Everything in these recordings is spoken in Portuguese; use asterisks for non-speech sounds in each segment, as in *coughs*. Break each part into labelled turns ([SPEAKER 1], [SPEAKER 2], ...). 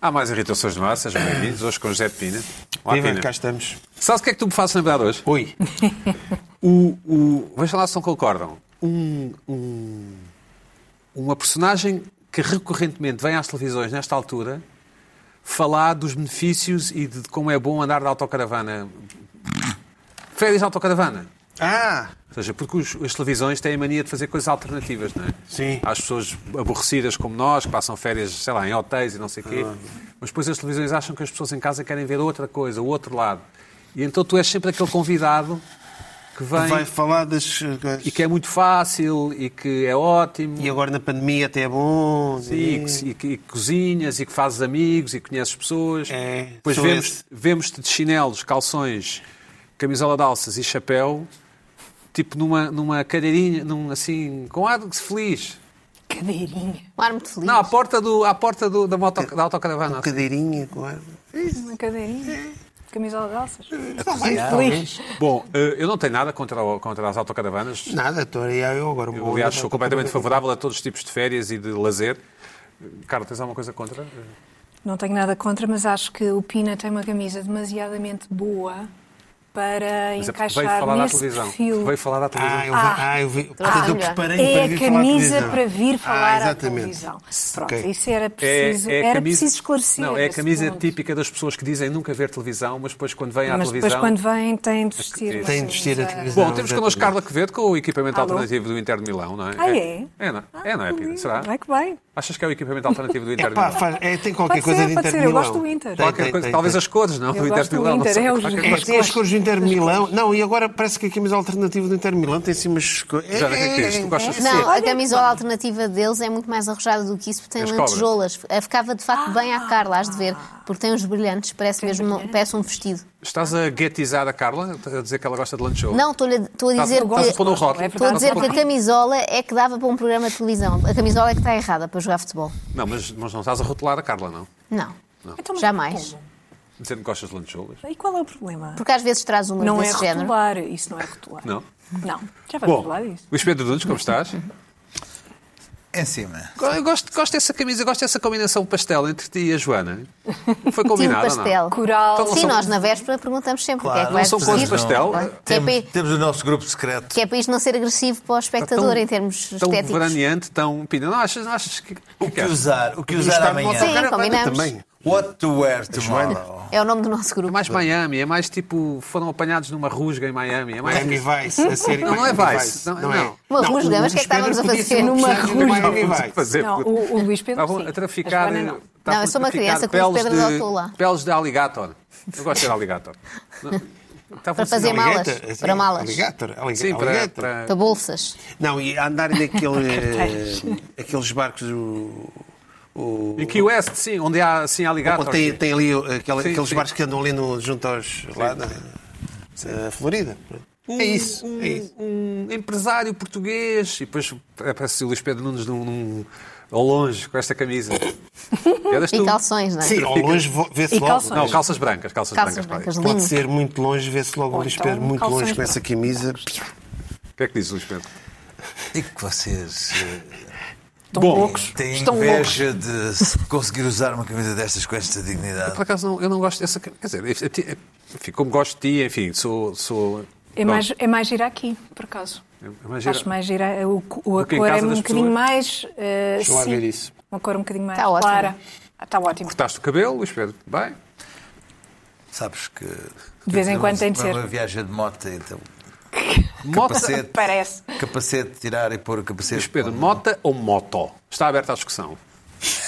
[SPEAKER 1] Há mais irritações no ar, sejam bem-vindos. Hoje com o José Pina. Olá,
[SPEAKER 2] Viva,
[SPEAKER 1] Pina.
[SPEAKER 2] cá estamos.
[SPEAKER 1] Sabes o que é que tu me fazes lembrar hoje?
[SPEAKER 2] Oi.
[SPEAKER 1] O, o, vejam lá se não concordam. Um, um- uma personagem que recorrentemente vem às televisões nesta altura falar dos benefícios e de como é bom andar de autocaravana. Férias de autocaravana.
[SPEAKER 2] Ah,
[SPEAKER 1] Ou seja, porque os- as televisões têm a mania de fazer coisas alternativas, não é?
[SPEAKER 2] Sim.
[SPEAKER 1] Há as pessoas aborrecidas como nós, que passam férias, sei lá, em hotéis e não sei o
[SPEAKER 2] Ah.
[SPEAKER 1] quê. Mas depois as televisões acham que as pessoas em casa querem ver outra coisa, o outro lado. E então tu és sempre aquele convidado que vem
[SPEAKER 2] vai falar das...
[SPEAKER 1] e que é muito fácil e que é ótimo.
[SPEAKER 2] E agora na pandemia até é bom.
[SPEAKER 1] E que, e que- e que cozinhas e que fazes amigos e que conheces pessoas.
[SPEAKER 2] É,
[SPEAKER 1] Depois
[SPEAKER 2] sou
[SPEAKER 1] vemos-
[SPEAKER 2] esse.
[SPEAKER 1] vemos-te de chinelos, calções, camisola de alças e chapéu, tipo numa, numa cadeirinha, num, assim, com ar de feliz.
[SPEAKER 3] Cadeirinha.
[SPEAKER 4] Um ar muito feliz.
[SPEAKER 1] Não, à porta, do, à porta do- da, moto, da autocaravana.
[SPEAKER 2] Cadeirinha, claro.
[SPEAKER 3] Uma
[SPEAKER 1] É.
[SPEAKER 3] cadeirinha. Camisola de alças.
[SPEAKER 2] Talvez.
[SPEAKER 1] Bom, eh, eu não tenho nada contra, o- contra as autocaravanas.
[SPEAKER 2] Nada, estou aí eu agora.
[SPEAKER 1] Eu, aliás, sou completamente favorável a todos os tipos de férias e de lazer. Carlos, tens alguma coisa contra? Eh,
[SPEAKER 3] Não tenho nada contra, mas acho que o Pina tem uma camisa demasiadamente boa para
[SPEAKER 1] Mas é porque veio
[SPEAKER 3] encaixar
[SPEAKER 1] falar da
[SPEAKER 3] nesse
[SPEAKER 1] televisão.
[SPEAKER 3] perfil.
[SPEAKER 1] Veio falar da televisão.
[SPEAKER 2] Ah, eu, ah, eu vi. Portanto, eu
[SPEAKER 4] melhor.
[SPEAKER 2] preparei
[SPEAKER 3] É
[SPEAKER 2] para
[SPEAKER 3] a
[SPEAKER 2] vir falar
[SPEAKER 3] camisa
[SPEAKER 2] televisão.
[SPEAKER 3] para vir
[SPEAKER 2] ah,
[SPEAKER 3] falar à
[SPEAKER 2] exatamente.
[SPEAKER 3] televisão. Pronto,
[SPEAKER 2] Ok.
[SPEAKER 3] isso
[SPEAKER 1] É,
[SPEAKER 3] era preciso, era preciso esclarecer.
[SPEAKER 1] Não, é a
[SPEAKER 3] esse
[SPEAKER 1] camisa
[SPEAKER 3] ponto.
[SPEAKER 1] típica das pessoas que dizem nunca ver televisão, mas depois quando vêm à
[SPEAKER 3] Mas
[SPEAKER 1] televisão.
[SPEAKER 3] depois quando vêm têm de vestir. uma
[SPEAKER 2] Tem de vestir a
[SPEAKER 3] camisa.
[SPEAKER 2] televisão.
[SPEAKER 1] Bom, temos connosco Carla Quevedo com o equipamento
[SPEAKER 3] Alô?
[SPEAKER 1] alternativo do Inter de Milão, não é?
[SPEAKER 3] Ah, é?
[SPEAKER 1] É, não é, não é Pina? Será?
[SPEAKER 3] Vai Ah, que vai.
[SPEAKER 1] Achas que é o equipamento alternativo
[SPEAKER 3] *laughs*
[SPEAKER 1] do Inter
[SPEAKER 2] É
[SPEAKER 1] de
[SPEAKER 2] pá,
[SPEAKER 1] Milão?
[SPEAKER 2] faz, é, tem qualquer
[SPEAKER 3] Pode
[SPEAKER 2] coisa
[SPEAKER 3] ser,
[SPEAKER 2] de
[SPEAKER 3] pode
[SPEAKER 2] Inter
[SPEAKER 3] ser, eu
[SPEAKER 2] Milão.
[SPEAKER 3] gosto do Inter.
[SPEAKER 2] Tem,
[SPEAKER 1] Qualquer
[SPEAKER 2] tem,
[SPEAKER 1] coisa,
[SPEAKER 2] tem,
[SPEAKER 1] talvez
[SPEAKER 2] tem.
[SPEAKER 1] as cores, não?
[SPEAKER 3] Eu
[SPEAKER 1] do Inter
[SPEAKER 3] gosto
[SPEAKER 1] de
[SPEAKER 3] do
[SPEAKER 1] Milão. não
[SPEAKER 3] Inter,
[SPEAKER 1] sei.
[SPEAKER 3] é o
[SPEAKER 1] Qualquer
[SPEAKER 3] Jesus.
[SPEAKER 1] coisa.
[SPEAKER 2] É que tem as cores do Inter Milão. Não, e agora parece que a camisa alternativa do Inter Milão tem assim umas coisas.
[SPEAKER 1] Joana, o que é que tens? Tu gostas de
[SPEAKER 4] Não,
[SPEAKER 1] ser?
[SPEAKER 4] a camisola alternativa deles é muito mais arrojada do que isso, porque tem
[SPEAKER 1] As
[SPEAKER 4] lentejoulas. Eh, Ficava de facto bem
[SPEAKER 3] Ah.
[SPEAKER 4] à Carla, has de ver, porque tem uns brilhantes, parece mesmo parece um vestido.
[SPEAKER 1] Estás a guetizar a Carla, a dizer que ela gosta de lunch show?
[SPEAKER 4] Não, estou-lhe- estou a dizer
[SPEAKER 1] Tá, eu gosto de pôr no
[SPEAKER 4] que.
[SPEAKER 1] rótulo.
[SPEAKER 3] É verdade.
[SPEAKER 4] Estou a dizer
[SPEAKER 3] Não,
[SPEAKER 4] que a camisola é que dava para um programa de televisão. A camisola é que está errada para jogar futebol.
[SPEAKER 1] Não, mas, mas não estás a rotular a Carla, não?
[SPEAKER 4] Não.
[SPEAKER 3] Então, mas
[SPEAKER 4] Jamais.
[SPEAKER 3] como?
[SPEAKER 1] Dizendo que gostas de lunch show?
[SPEAKER 3] E qual é o problema?
[SPEAKER 4] Porque às vezes traz um
[SPEAKER 3] Não é
[SPEAKER 4] desse género.
[SPEAKER 3] rotular, isso não é rotular.
[SPEAKER 1] Não?
[SPEAKER 3] Não, já vamos
[SPEAKER 1] Bom,
[SPEAKER 3] falar disso.
[SPEAKER 1] Luís Pedro Nunes, como estás?
[SPEAKER 5] Em
[SPEAKER 3] é
[SPEAKER 5] cima.
[SPEAKER 1] Eu gosto, gosto dessa camisa, gosto dessa combinação pastel entre ti e a Joana. Foi
[SPEAKER 4] Tiro
[SPEAKER 1] combinado,
[SPEAKER 4] pastel.
[SPEAKER 3] Coral.
[SPEAKER 1] Então não
[SPEAKER 4] Sim,
[SPEAKER 1] são-
[SPEAKER 4] nós na véspera perguntamos sempre o que é que
[SPEAKER 5] Claro.
[SPEAKER 4] vai
[SPEAKER 1] Não são cores de
[SPEAKER 4] vestir.
[SPEAKER 1] pastel?
[SPEAKER 4] Que é,
[SPEAKER 5] Temos,
[SPEAKER 4] para,
[SPEAKER 5] temos o nosso grupo secreto.
[SPEAKER 4] que é para isto não ser agressivo para o espectador
[SPEAKER 1] Então,
[SPEAKER 4] em termos
[SPEAKER 1] tão
[SPEAKER 4] estéticos.
[SPEAKER 1] veraneante, tão pina. Não achas, não achas que... é
[SPEAKER 5] O
[SPEAKER 3] é
[SPEAKER 5] que usar? O que usar
[SPEAKER 2] Está bom,
[SPEAKER 5] é amanhã?
[SPEAKER 4] Sim,
[SPEAKER 2] cara,
[SPEAKER 4] combinamos.
[SPEAKER 2] Também.
[SPEAKER 5] What to wear tomorrow?
[SPEAKER 4] É o nome do nosso
[SPEAKER 1] É
[SPEAKER 4] grupo.
[SPEAKER 1] mais Miami, é mais tipo... Foram apanhados numa rusga em Miami. É mais...
[SPEAKER 2] Miami Vice, a série
[SPEAKER 1] Não, não é
[SPEAKER 2] Miami
[SPEAKER 1] Vice, não é- não.
[SPEAKER 4] Uma rusga, mas o que é que
[SPEAKER 2] Luís Pedro
[SPEAKER 4] estávamos a
[SPEAKER 2] podia
[SPEAKER 4] fazer?
[SPEAKER 2] ser um
[SPEAKER 4] Numa
[SPEAKER 2] personagem do
[SPEAKER 3] rusga.
[SPEAKER 2] Miami Vice.
[SPEAKER 1] Fazer,
[SPEAKER 3] Não,
[SPEAKER 1] puto.
[SPEAKER 3] o, o Luís Pedro
[SPEAKER 1] Estavam
[SPEAKER 3] sim,
[SPEAKER 1] a traficar...
[SPEAKER 3] a Joana não.
[SPEAKER 1] estavam
[SPEAKER 4] Não, eu sou
[SPEAKER 1] a
[SPEAKER 4] uma criança
[SPEAKER 1] traficar
[SPEAKER 4] com os
[SPEAKER 1] peles
[SPEAKER 4] Pedro
[SPEAKER 1] de-
[SPEAKER 4] Otola.
[SPEAKER 1] Peles de alligator. Eu gosto de ser
[SPEAKER 4] *laughs*
[SPEAKER 1] alligator. Não, estavam
[SPEAKER 4] Para fazer
[SPEAKER 1] assim,
[SPEAKER 4] mal. Malas,
[SPEAKER 2] Alligator, assim,
[SPEAKER 4] para malas.
[SPEAKER 2] Alligator, alliga-
[SPEAKER 1] Sim, para...
[SPEAKER 2] alligator.
[SPEAKER 1] para...
[SPEAKER 4] Para bolsas.
[SPEAKER 2] Não, e andarem naquele, eh, aqueles barcos. O, o,
[SPEAKER 1] E Key West, sim, onde há assim alligator.
[SPEAKER 2] tem, tem ali eh, aquele-
[SPEAKER 1] Sim,
[SPEAKER 2] aqueles
[SPEAKER 1] sim.
[SPEAKER 2] barcos que andam ali no, junto aos. lá na, na Florida. é isso.
[SPEAKER 1] Um,
[SPEAKER 2] é isso.
[SPEAKER 1] um empresário português. E depois aparece o Luís Pedro Nunes num, num- ao longe com esta
[SPEAKER 4] *laughs*
[SPEAKER 1] camisa. Eras
[SPEAKER 4] E
[SPEAKER 1] tu?
[SPEAKER 4] calções, não é?
[SPEAKER 2] Sim, ao longe vo- vê-se
[SPEAKER 3] E
[SPEAKER 2] logo.
[SPEAKER 3] calções.
[SPEAKER 1] Não, calças brancas, calças, brancas.
[SPEAKER 4] Calças brancas,
[SPEAKER 1] Cláudio.
[SPEAKER 2] Pode
[SPEAKER 4] lindo.
[SPEAKER 2] ser muito longe, vê-se logo o
[SPEAKER 3] Ou
[SPEAKER 2] Luís
[SPEAKER 3] então,
[SPEAKER 2] Pedro muito
[SPEAKER 3] calções
[SPEAKER 2] longe com essa camisa.
[SPEAKER 1] O que é que diz o Luís Pedro?
[SPEAKER 5] E que vocês
[SPEAKER 3] Estão
[SPEAKER 1] Bom,
[SPEAKER 5] eh,
[SPEAKER 3] loucos.
[SPEAKER 5] têm
[SPEAKER 3] Estão loucos.
[SPEAKER 5] inveja de se conseguir usar uma camisa destas com esta
[SPEAKER 1] Por
[SPEAKER 5] dignidade.
[SPEAKER 1] acaso não, eu não gosto dessa. Quer dizer, eu- eu- enfim, como gosto de ti, enfim, sou. sou
[SPEAKER 3] É mais, é mais gira aqui, por acaso.
[SPEAKER 1] É mais gira.
[SPEAKER 3] Acho mais gira. O, o, a
[SPEAKER 1] Do que em
[SPEAKER 3] cor é
[SPEAKER 1] casa
[SPEAKER 3] um
[SPEAKER 1] das
[SPEAKER 3] bocadinho
[SPEAKER 1] pessoas.
[SPEAKER 3] mais. eh,
[SPEAKER 2] Deixa lá
[SPEAKER 3] sim,
[SPEAKER 2] ver isso.
[SPEAKER 3] Uma cor um bocadinho mais
[SPEAKER 4] Está ótimo.
[SPEAKER 3] clara. Ah, Está ótimo.
[SPEAKER 1] Cortaste o cabelo, Luís Pedro? Bem.
[SPEAKER 5] Sabes que.
[SPEAKER 3] De vez em quando tem de
[SPEAKER 5] Para
[SPEAKER 3] ser.
[SPEAKER 5] uma viagem de moto, então.
[SPEAKER 1] Mota.
[SPEAKER 3] *laughs*
[SPEAKER 5] Capacete.
[SPEAKER 3] Parece.
[SPEAKER 5] Capacete, tirar e pôr o capacete.
[SPEAKER 1] Luís Pedro, mota ou moto? Está aberta à discussão.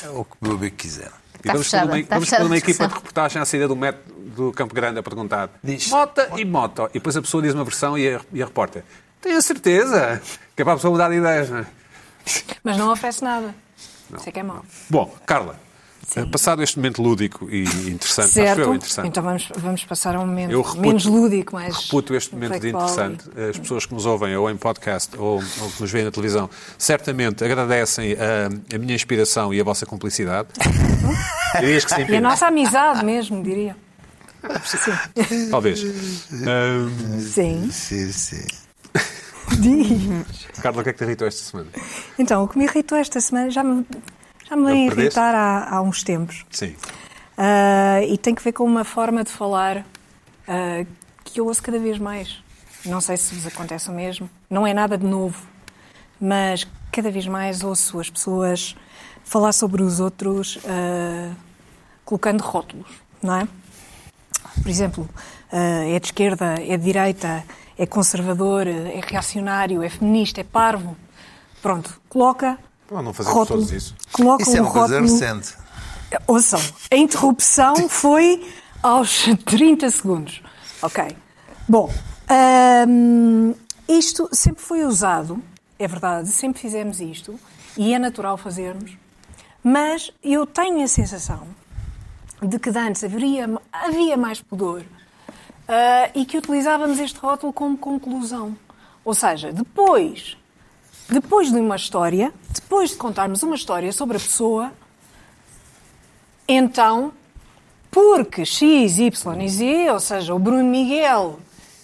[SPEAKER 5] É O que o meu amigo quiser.
[SPEAKER 1] E vamos pôr
[SPEAKER 4] fechada,
[SPEAKER 1] uma,
[SPEAKER 4] está
[SPEAKER 1] vamos
[SPEAKER 4] fechada
[SPEAKER 1] pôr uma
[SPEAKER 4] a
[SPEAKER 1] equipa
[SPEAKER 4] discussão.
[SPEAKER 1] de reportagem à saída do, met, do Campo Grande a perguntar
[SPEAKER 2] Diz.
[SPEAKER 1] mota e moto. E depois a pessoa diz uma versão e a, e a repórter tenho a certeza que é para a pessoa mudar de ideias, não é?
[SPEAKER 3] Mas não oferece nada. Sei que é mau.
[SPEAKER 1] Bom, Carla, eh, passado este momento lúdico e interessante, acho eu interessante.
[SPEAKER 3] Então vamos, vamos passar a um momento
[SPEAKER 1] Eu reputo-
[SPEAKER 3] menos lúdico, mais.
[SPEAKER 1] Reputo este momento de
[SPEAKER 3] intelectual e-
[SPEAKER 1] interessante. As pessoas que nos ouvem, ou em podcast, ou, ou que nos veem na televisão, certamente agradecem ah, a, a minha inspiração e a vossa
[SPEAKER 3] *laughs*
[SPEAKER 1] cumplicidade. Dirias que sim,
[SPEAKER 3] E a
[SPEAKER 1] Pina?
[SPEAKER 3] nossa amizade mesmo, diria.
[SPEAKER 1] Talvez. Ah, Ahm,
[SPEAKER 3] Sim.
[SPEAKER 5] Sim, sim.
[SPEAKER 1] Carla, o que é que te irritou esta semana?
[SPEAKER 3] Então, o que me irritou esta semana já me, já me
[SPEAKER 1] Não
[SPEAKER 3] veio
[SPEAKER 1] perdeste?
[SPEAKER 3] irritar há, há uns tempos.
[SPEAKER 1] Sim.
[SPEAKER 3] Ah, e tem que ver com uma forma de falar ah, que eu ouço cada vez mais. Não sei se vos acontece o mesmo, não é nada de novo, mas cada vez mais ouço as pessoas falar sobre os outros ah, colocando rótulos, não é? Por exemplo, ah, é de esquerda, é de direita, é conservador, é reacionário, é feminista, é parvo. Pronto, coloca.
[SPEAKER 6] Ah, não fazemos
[SPEAKER 3] rótulo,
[SPEAKER 6] todos isso.
[SPEAKER 3] Coloca
[SPEAKER 5] Isso é
[SPEAKER 3] um
[SPEAKER 5] uma coisa
[SPEAKER 3] rótulo.
[SPEAKER 5] recente.
[SPEAKER 3] Ouçam, a interrupção foi aos *laughs* 30 segundos. Ok. Bom, hum, isto sempre foi usado, é verdade, sempre fizemos isto e é natural fazermos, mas eu tenho a sensação de que de antes haveria, havia mais pudor ah, e que utilizávamos este rótulo como conclusão. Ou seja, depois depois de uma história, depois de contarmos uma história sobre a pessoa, então, porque X, Y e Z, ou seja, o Bruno Miguel,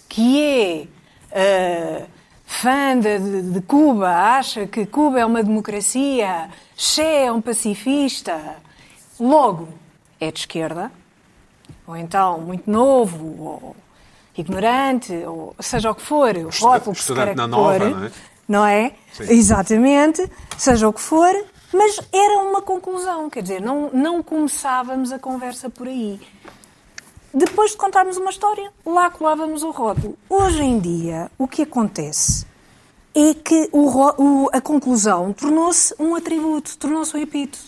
[SPEAKER 3] que é ah, fã de, de- de Cuba, acha que Cuba é uma democracia, Che é um pacifista, logo é de esquerda, ou então muito novo, ou ignorante, ou seja o que for, o rótulo que se
[SPEAKER 1] estudante na
[SPEAKER 3] queira
[SPEAKER 1] nova,
[SPEAKER 3] pôr,
[SPEAKER 1] não é?
[SPEAKER 3] não é? Exatamente, seja o que for, mas era uma conclusão, quer dizer, não, não começávamos a conversa por aí. Depois de contarmos uma história, lá colávamos o rótulo. Hoje em dia, o que acontece é que o ro- o- a conclusão tornou-se um atributo, tornou-se um epíteto.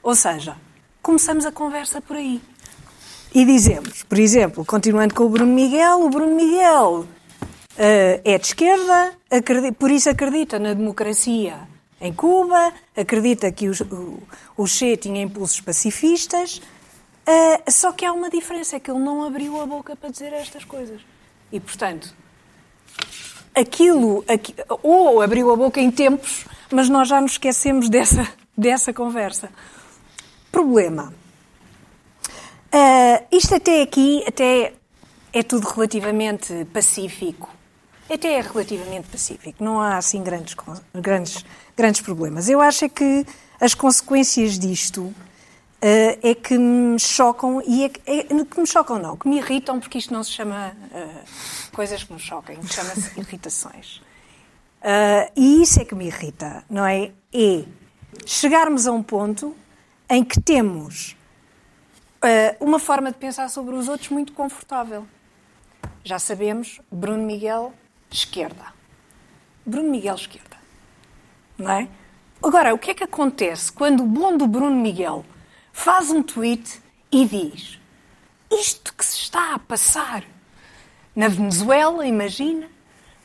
[SPEAKER 3] Ou seja, começamos a conversa por aí. E dizemos, por exemplo, continuando com o Bruno Miguel, o Bruno Miguel eh, é de esquerda, acredi- por isso acredita na democracia em Cuba, acredita que os- o, o Che tinha impulsos pacifistas, eh, só que há uma diferença, é que ele não abriu a boca para dizer estas coisas. E, portanto, aquilo, aqui- ou abriu a boca em tempos, mas nós já nos esquecemos *laughs* dessa, dessa conversa. Problema. Ah, isto até aqui até é tudo relativamente pacífico. Até é relativamente pacífico. Não há assim grandes, con- grandes, grandes problemas. Eu acho é que as consequências disto ah, é que me chocam e é que, é- que me chocam não, que me irritam porque isto não se chama ah, coisas que me choquem, chama-se irritações. Ah, e isso é que me irrita, não é? É chegarmos a um ponto em que temos eh, uma forma de pensar sobre os outros muito confortável. Já sabemos, Bruno Miguel, esquerda. Bruno Miguel, esquerda. Não é? Agora, o que é que acontece quando o bom do Bruno Miguel faz um tweet e diz isto que se está a passar na Venezuela, imagina,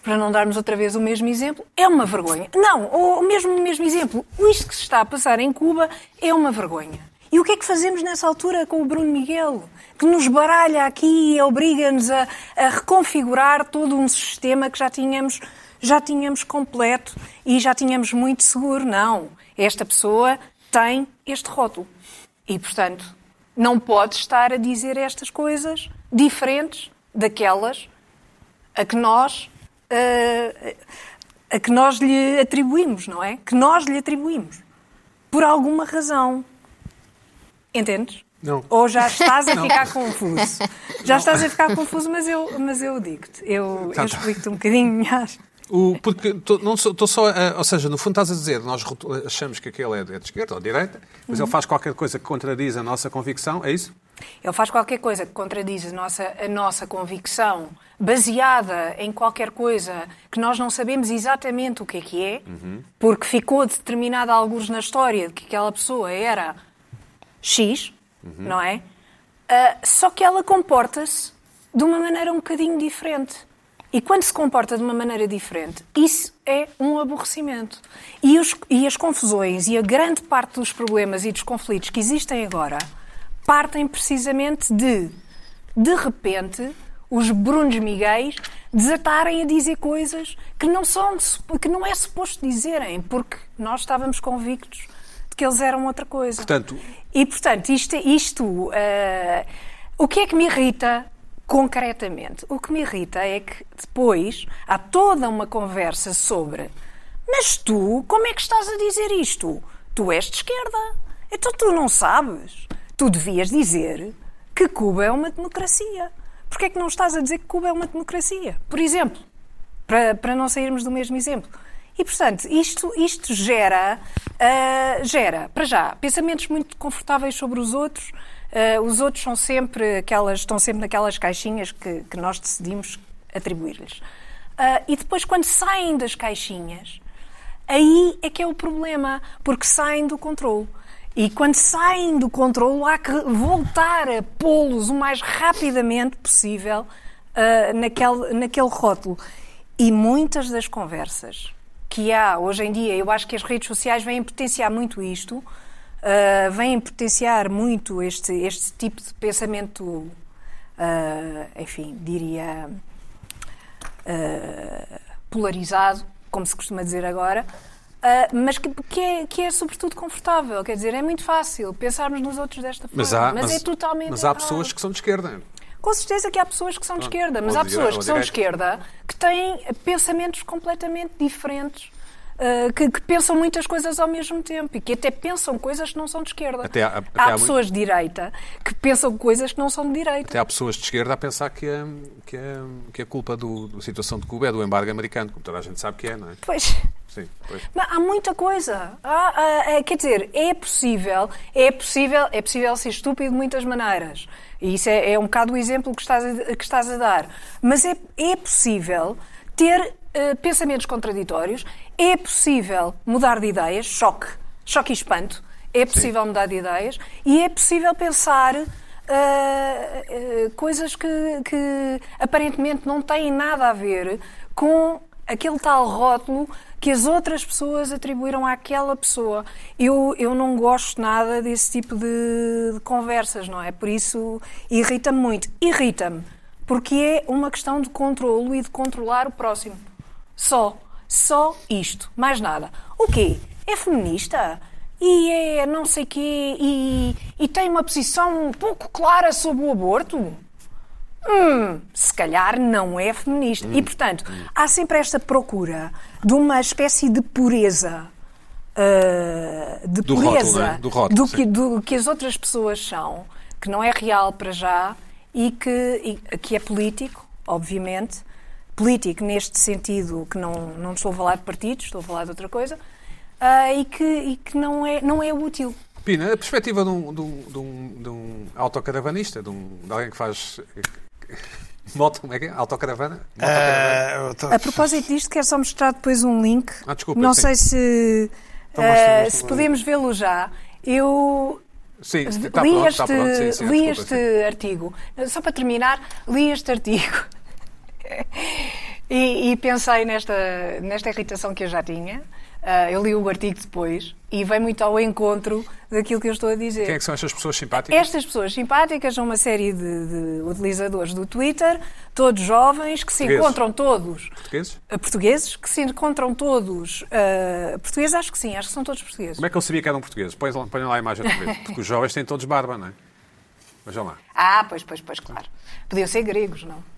[SPEAKER 3] para não darmos outra vez o mesmo exemplo, é uma vergonha. Não, ou mesmo o mesmo exemplo, isto que se está a passar em Cuba é uma vergonha. E o que é que fazemos nessa altura com o Bruno Miguel, que nos baralha aqui e obriga-nos a, a reconfigurar todo um sistema que já tínhamos, já tínhamos completo e já tínhamos muito seguro? Não, esta pessoa tem este rótulo. E, portanto, não pode estar a dizer estas coisas diferentes daquelas a que nós eh, a que nós lhe atribuímos, não é? Que nós lhe atribuímos por alguma razão. Entendes?
[SPEAKER 1] Não.
[SPEAKER 3] Ou já estás a ficar confuso. Já estás a ficar confuso, mas eu, mas eu digo-te. Eu, eu
[SPEAKER 1] Tá, tá.
[SPEAKER 3] explico-te um bocadinho melhor.
[SPEAKER 1] O, porque tô- não sou- tô só, a- ou seja, no fundo estás a dizer, nós rotu- achamos que aquele é de é de esquerda ou de direita, mas
[SPEAKER 3] Uhum.
[SPEAKER 1] ele faz qualquer coisa que contradiz a nossa convicção, é isso?
[SPEAKER 3] Ele faz qualquer coisa que contradiz a nossa, a nossa convicção, baseada em qualquer coisa que nós não sabemos exatamente o que é que é, porque ficou determinada alguns na história de que aquela pessoa era X, não é? Ah, só que ela comporta-se de uma maneira um bocadinho diferente. E quando se comporta de uma maneira diferente, isso é um aborrecimento. E, os- e as confusões e a grande parte dos problemas e dos conflitos que existem agora partem precisamente de, de repente, os Brunos Miguéis desatarem a dizer coisas que não, são, sup- que não é suposto dizerem, porque nós estávamos convictos de que eles eram outra coisa.
[SPEAKER 1] Portanto,
[SPEAKER 3] E, portanto, isto, isto, eh, o que é que me irrita concretamente? O que me irrita é que depois há toda uma conversa sobre mas tu, como é que estás a dizer isto? Tu és de esquerda, então tu não sabes. tu devias dizer que Cuba é uma democracia. Porquê é que não estás a dizer que Cuba é uma democracia? Por exemplo, para, para não sairmos do mesmo exemplo. E, portanto, isto, isto gera, ah, gera, para já, pensamentos muito confortáveis sobre os outros. Ah, os outros são sempre aquelas, estão sempre naquelas caixinhas que, que nós decidimos atribuir-lhes. Ah, e depois, quando saem das caixinhas, Aí é que é o problema, porque saem do controle. E quando saem do controle, há que voltar a pô-los o mais rapidamente possível ah, naquele, naquele rótulo. E muitas das conversas que há hoje em dia, eu acho que as redes sociais vêm potenciar muito isto, ah, vêm potenciar muito este, este tipo de pensamento, ah, enfim, diria polarizado, como se costuma dizer agora, ah, mas que, que é, que é sobretudo confortável. Quer dizer, é muito fácil pensarmos nos outros desta forma.
[SPEAKER 1] Mas há,
[SPEAKER 3] é totalmente.
[SPEAKER 1] mas há
[SPEAKER 3] errado.
[SPEAKER 1] pessoas que são de esquerda.
[SPEAKER 3] Com certeza que há pessoas que são de esquerda, mas
[SPEAKER 1] ou
[SPEAKER 3] há
[SPEAKER 1] de
[SPEAKER 3] pessoas
[SPEAKER 1] dire- ou
[SPEAKER 3] que são de
[SPEAKER 1] direita.
[SPEAKER 3] esquerda que têm pensamentos completamente diferentes. ah, que, que pensam muitas coisas ao mesmo tempo e que até pensam coisas que não são de esquerda.
[SPEAKER 1] Até há- até há
[SPEAKER 3] há
[SPEAKER 1] muito-
[SPEAKER 3] pessoas de direita que pensam coisas que não são de direita.
[SPEAKER 1] Até há pessoas de esquerda a pensar que a, que a, que a culpa do- da situação de Cuba é do embargo americano, como toda a gente sabe que é, não é?
[SPEAKER 3] Pois.
[SPEAKER 1] Sim, pois.
[SPEAKER 3] Mas há muita coisa. Há- há- há- quer dizer, é possível, é possível, é possível ser estúpido de muitas maneiras. E isso é, é um bocado o exemplo que estás a, que estás a dar. Mas é, é possível ter eh, pensamentos contraditórios, é possível mudar de ideias, choque, choque e espanto, é possível mudar de ideias e é possível pensar. ah, ah, coisas que, que aparentemente não têm nada a ver com aquele tal rótulo que as outras pessoas atribuíram àquela pessoa. Eu, eu não gosto nada desse tipo de, de conversas, não é? Por isso irrita-me muito. Irrita-me, porque é uma questão de controlo e de controlar o próximo. Só. Só isto. Mais nada. O quê? É feminista? E é não sei quê? E, e tem uma posição um pouco clara sobre o aborto? Hum, se calhar não é feminista. E, portanto, há sempre esta procura de uma espécie de pureza. uh, de
[SPEAKER 1] Do rótulo, não
[SPEAKER 3] pureza
[SPEAKER 1] é? Do rótulo,
[SPEAKER 3] do que, do que as outras pessoas são, que não é real para já e que, e- que é político, obviamente. Político neste sentido que não, não estou a falar de partidos, estou a falar de outra coisa, ah, e que, e que não, é, não é útil.
[SPEAKER 1] Pina, a perspectiva de um, de um, de um, de um autocaravanista, de, um, de alguém que faz. *laughs* Moto, como é que é? Autocaravana? Motocaravana.
[SPEAKER 2] Ah, eu tô-
[SPEAKER 3] A propósito disto, quero só mostrar depois um link.
[SPEAKER 1] Ah, desculpa,
[SPEAKER 3] Não
[SPEAKER 1] sim. Então
[SPEAKER 3] sei se,
[SPEAKER 2] mostra,
[SPEAKER 3] eh,
[SPEAKER 2] mostra
[SPEAKER 3] se
[SPEAKER 2] lá.
[SPEAKER 3] podemos vê-lo já. Eu
[SPEAKER 1] sim,
[SPEAKER 3] li
[SPEAKER 1] está tá pronto,
[SPEAKER 3] este,
[SPEAKER 1] está pronto. Sim, sim,
[SPEAKER 3] li
[SPEAKER 1] desculpa,
[SPEAKER 3] este
[SPEAKER 1] sim.
[SPEAKER 3] artigo. Só para terminar, li este artigo. *laughs* E, e pensei nesta, nesta irritação que eu já tinha. Ah, eu li o artigo depois e vem muito ao encontro daquilo que eu estou a dizer.
[SPEAKER 1] Quem é que são estas pessoas simpáticas?
[SPEAKER 3] Estas pessoas simpáticas são uma série de, de utilizadores do Twitter, todos jovens, que se
[SPEAKER 1] Portugueses.
[SPEAKER 3] encontram todos
[SPEAKER 1] Portugueses?
[SPEAKER 3] eh, portugueses, que se encontram todos eh, portugueses, acho que sim, acho que são todos portugueses.
[SPEAKER 1] Como é que ele sabia que eram portugueses? Põe lá, põe lá a imagem outra vez. Porque os jovens têm todos barba, não é? Vejam lá.
[SPEAKER 3] Ah, pois, pois, pois, claro. Podiam ser gregos, não?